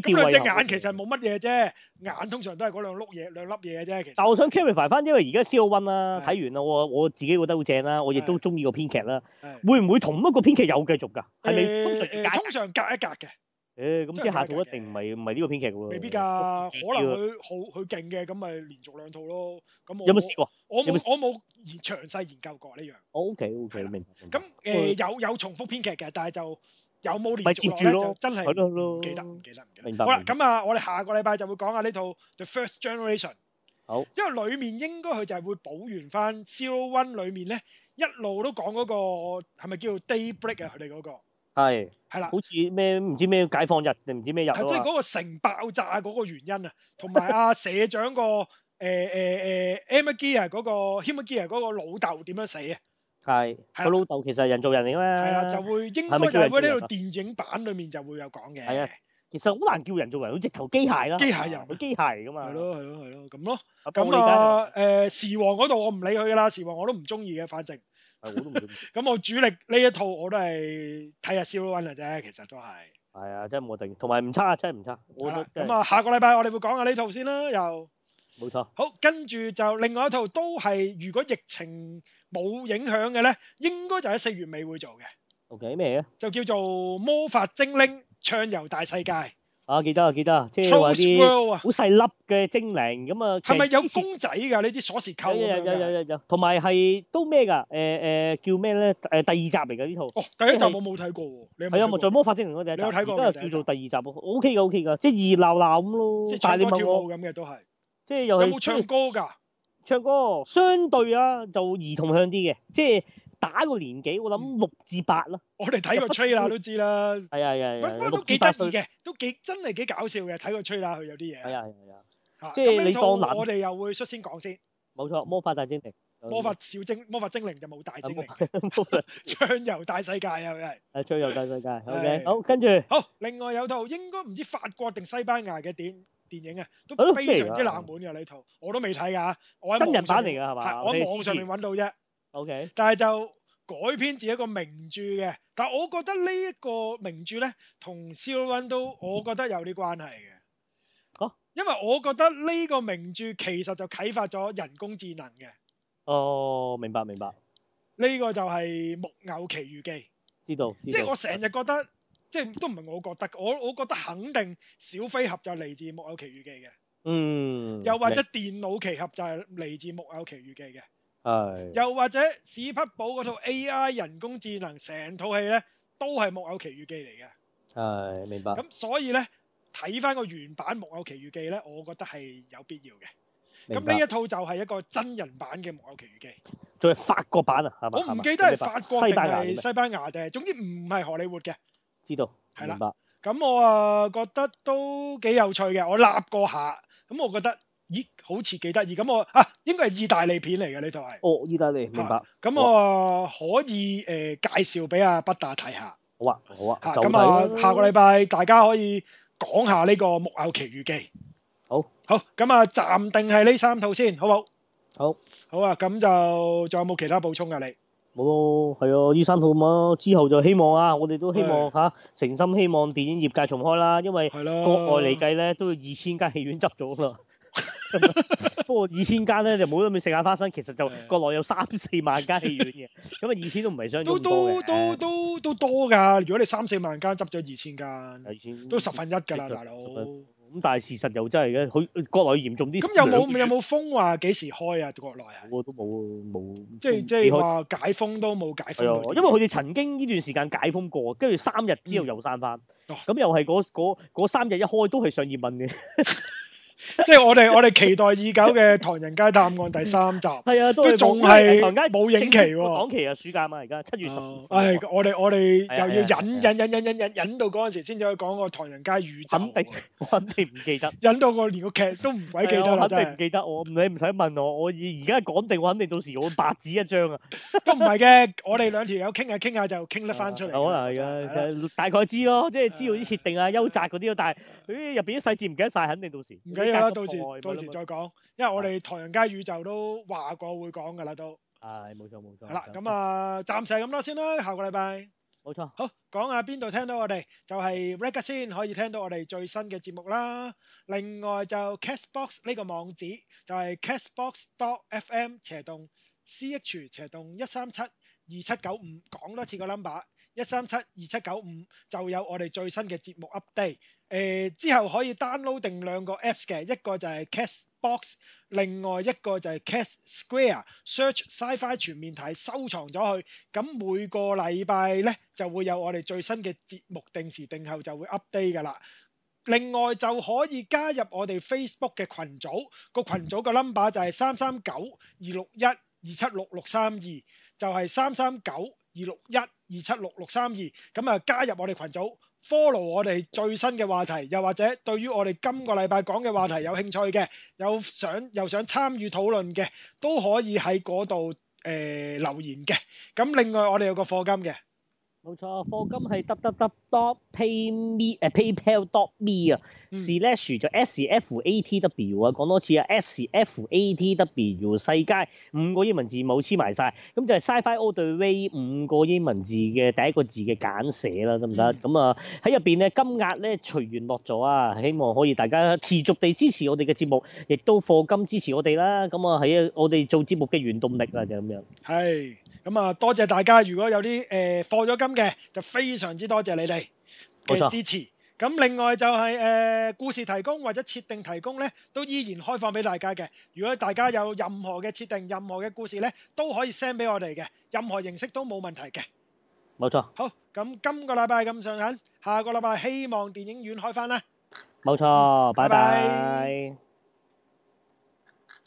調兩隻眼其實冇乜嘢啫，眼通常都係嗰兩碌嘢、兩粒嘢嘅啫。其實但我想 clarify 翻，因為而家 C O One 啦，係睇完啦，我我自己覺得好正啦，我亦係都中意個編劇啦。係會唔會同一個編劇有繼續㗎？係咪誒通常誒要解？通常隔一隔嘅，誒咁真係即係下套解一嘅定唔係唔係呢個編劇㗎喎。未必都唔㗎。知可喎能佢好佢勁嘅，咁咪連續兩套咯。咁我有冇試過我冇有冇我冇研詳細研究過呢樣。 ？O K O K，係啦明白。明白咁誒有有重複編劇嘅，但係就有冇連哦咪續接落住咧咯就真係咯係係咯唔記得唔記得唔記明白得。好啦，明白咁啊，我哋下個禮拜就會講下呢套 The First Generation。好，因為裡面應該佢就係會補完翻 Zero One 裡面咧，一路都講嗰、個係咪叫 Daybreak 啊？佢哋嗰個係係啦。好似咩唔知咩解放日定唔知咩日啊係即係嘛嗰個城爆炸嗰個原因啊，同埋 [LAUGHS] 阿社長個呃誒誒誒 Emma Gear 啊嗰個 Him Gear 嗰個老豆點樣死啊？係係啦佢老豆其實係人造人嚟㗎嘛，係啦，就會應該係咪就叫人係會造人啊呢度電影版裡面就會有講嘅。係啊其實好難叫人造人，佢直頭機械啦，機械人佢機械嚟㗎嘛，係，咯係咯係咯，咁咯。咁咁啊，啊誒時王嗰度我唔理佢噶啦，時王我都唔中意嘅，反正。我都唔知，咁我主力呢一套我都係睇下 s i l o n 嘅啫，其實都係。係啊，真係冇定，同埋唔差，真係唔差，我係覺得啦，真咁係啊下個禮拜我哋會講下呢套先啦，又。冇錯，好，跟住就另外一套都係，如果疫情冇影響嘅呢，應該就喺四月尾會做嘅， ，OK 咩嘅？就叫做《魔法精靈暢遊大世界》啊，記得啊，記得啊，即係話 （Trolls 啲 World） 啊，好細粒嘅精靈咁啊，係咪其有實之前公仔㗎？呢啲鎖匙扣有有咁樣有有㗎有有，同埋係都咩㗎？誒誒叫咩咧？誒第二集嚟㗎呢套，哦，第一集我冇睇過喎，你有係啊，冇咪在睇過？魔法精靈嗰第一集，你有睇過而家嘅第又叫一做第二集喎，OK 㗎 OK 㗎，即係熱鬧鬧咁咯即係。但係你唱歌問跳我，舞咁嘅 [LAUGHS] 都係，即係又有係冇唱歌㗎？唱歌？相對啊，就兒童向啲嘅，即係打個年紀，我嗯諗六至八啦。我哋睇個 trailer 都 [LAUGHS] 知啦，係啊係啊不係啊，過六都至幾八得歲意。嘅，都幾真係幾搞笑嘅，睇個 trailer 佢有啲係嘢。啊係啊，嚇即係咁呢你套當男我哋又會率先講先，冇錯，魔法大精靈。魔法小精魔法精靈就 [LAUGHS] 冇大精靈。魔 [LAUGHS] 法暢遊大世界啊！佢係誒最遊大世界，OK，係好，跟住好，另外有套應該唔知法國定西班牙嘅電電影啊，都係咯非常之冷門嘅呢套，我都未睇㗎，我喺真人網上版嚟面㗎係嘛？係我哋喺網上面揾到啫， OK，但係就改編自一個名著嘅，但我覺得呢一個名著呢，同《肖恩》都我覺得有啲關係嘅。哦因為我覺得呢個名著其實就啟發咗人工智能嘅，哦，明白明白，呢、個就係《木偶奇遇記》。知道知即係道我。成日覺得，即係都唔係我覺得，我我覺得肯定小飛俠就嚟自《木偶奇遇記》嘅，嗯，又或者電腦奇俠就係嚟自《木偶奇遇記》嘅，係又或者史匹堡嗰套 AI 人工智能成套戲呢都係《木偶奇遇記》嚟嘅。係明白。咁所以呢，睇翻個原版《木偶奇遇記》呢，我覺得係有必要嘅。咁明白呢一套就係一個真人版嘅《木偶奇遇記》，仲係法國版啊，係嘛？我係唔嘛記得係明白法國定西班牙嘅係咩西班牙定係，總之唔係荷里活嘅。知道，係啦明白。咁我啊覺得都幾有趣嘅，我立過下，咁我覺得，咦，好似幾得意，咁我啊應該係意大利片嚟嘅呢套係，哦，意大利，明白。咁我啊可以誒、呃介紹俾阿北大睇下，好啊，好啊嚇，，就咁睇啊啦下個禮拜大家可以講下呢個《木偶奇遇記》，好，好，咁啊暫定係呢三套先，好冇？好，好啊，咁就仲有冇其他補充啊㗎你？冇咯，係啊，呢三套咁咯。之後就希望啊，我哋都希望嚇，誠心希望電影業界重開啦，因為係啦，國外嚟計咧都要二千間戲院執咗啦。 [LAUGHS] 不過二千間咧就冇得咁食下花生，其實係就國內有三四萬間戲院嘅，咁啊二千都唔係相都當多都嘅。都都都多㗎，如果你三四萬間執咗二千間，二千都十分一㗎啦，十大佬。嗯十分咁但係事實又真係嘅，佢國內嚴重啲。咁有兩個冇月有冇封話幾時開啊？國內係我都冇喎冇，即係即係話解封都冇解嗯係封啊到，因為佢哋曾經呢段時間解封過，跟住三日之後嗯又散翻，哦咁、又係嗰嗰嗰三日一開都係上葉問嘅，即係我哋我哋期待已久嘅《唐人街探案》第三集係啊，都都係冇仲因為係唐街冇影期喎港。期啊，暑假嘛，而家七月十哦至，唉，我哋我哋係啊又係要啊忍係忍忍忍忍忍忍到嗰陣時先至可以講個《唐人街宇宙肯》定喎，我肯定唔記得，忍到個連個劇都唔鬼記得係啊啦，我肯真定唔係記得我，你唔使問我，我而而家講定，我肯定到時我白紙一張啊，都唔係嘅。我哋兩條友傾下傾下就傾得翻出嚟㗎可啦，能係啦啊係嘅，大概知咯，即係知道啲設定啊、優宅嗰啲咯，但係佢入邊啲細節唔記得晒，肯定到時唔緊要啦，到啲時格局到內時咪再講，因為我哋《唐人街宇宙》都話過會講㗎啦，都。係冇錯冇錯。好啦，咁，啊，暫時係咁多先啦，下個禮拜冇錯，好講下邊度聽到我哋，就係 r e g a 先可以聽到我哋最新嘅節目啦。另外就 Castbox 呢個網址就係 castbox.fm 斜洞 ch 斜洞一三七二七九五，講多次個 number 一三七二七九五就有我哋最新嘅節目 update。誒、之後可以 download 定兩個 apps 嘅，一個就係 Castbox，另外一個就係 Cast Square。Search Sci-Fi 全面睇，收藏咗佢。咁每個禮拜呢，就會有我哋最新嘅節目，定時定候就會 update 噶啦。另外就可以加入我哋 Facebook 嘅群組，個群組個 number 就係三三九二六一二七六六三二，就係三三九二二六一二七六六三二，咁啊加入我哋群組 follow 我哋最新嘅話題，又或者對於我哋今個禮拜講嘅話題有興趣嘅，有想又想參與討論嘅，都可以喺嗰度誒留言嘅。咁另外我哋有個課金嘅。冇錯，課金係 www.payme 誒 PayPal.me 啊嗯，slash 就 SFATW 啊，講多次啊，SFATW 世界五個英文字母黐埋晒，咁就係 Sci-Fi O 對 V 五個英文字嘅第一個字嘅簡寫啦，得唔得？嗯咁啊喺入邊咧金額咧隨緣落咗啊，希望可以大家持續地支持我哋嘅節目，亦都課金支持我哋啦。咁啊喺我哋做節目嘅原動力啦，就咁樣。係，咁啊，多謝大家。如果有啲誒課咗金嘅，就非常之多謝你哋冇錯嘅支持。咁另外就係、呃故事提供或者設定提供呢，都依然開放俾大家嘅。如果大家有任何嘅設定、任何嘅故事呢，都可以 send 俾我哋嘅，任何形式都冇問題嘅。冇錯，好，咁今個禮拜咁上緊，下個禮拜希望電影院開翻啦。冇錯，拜拜拜拜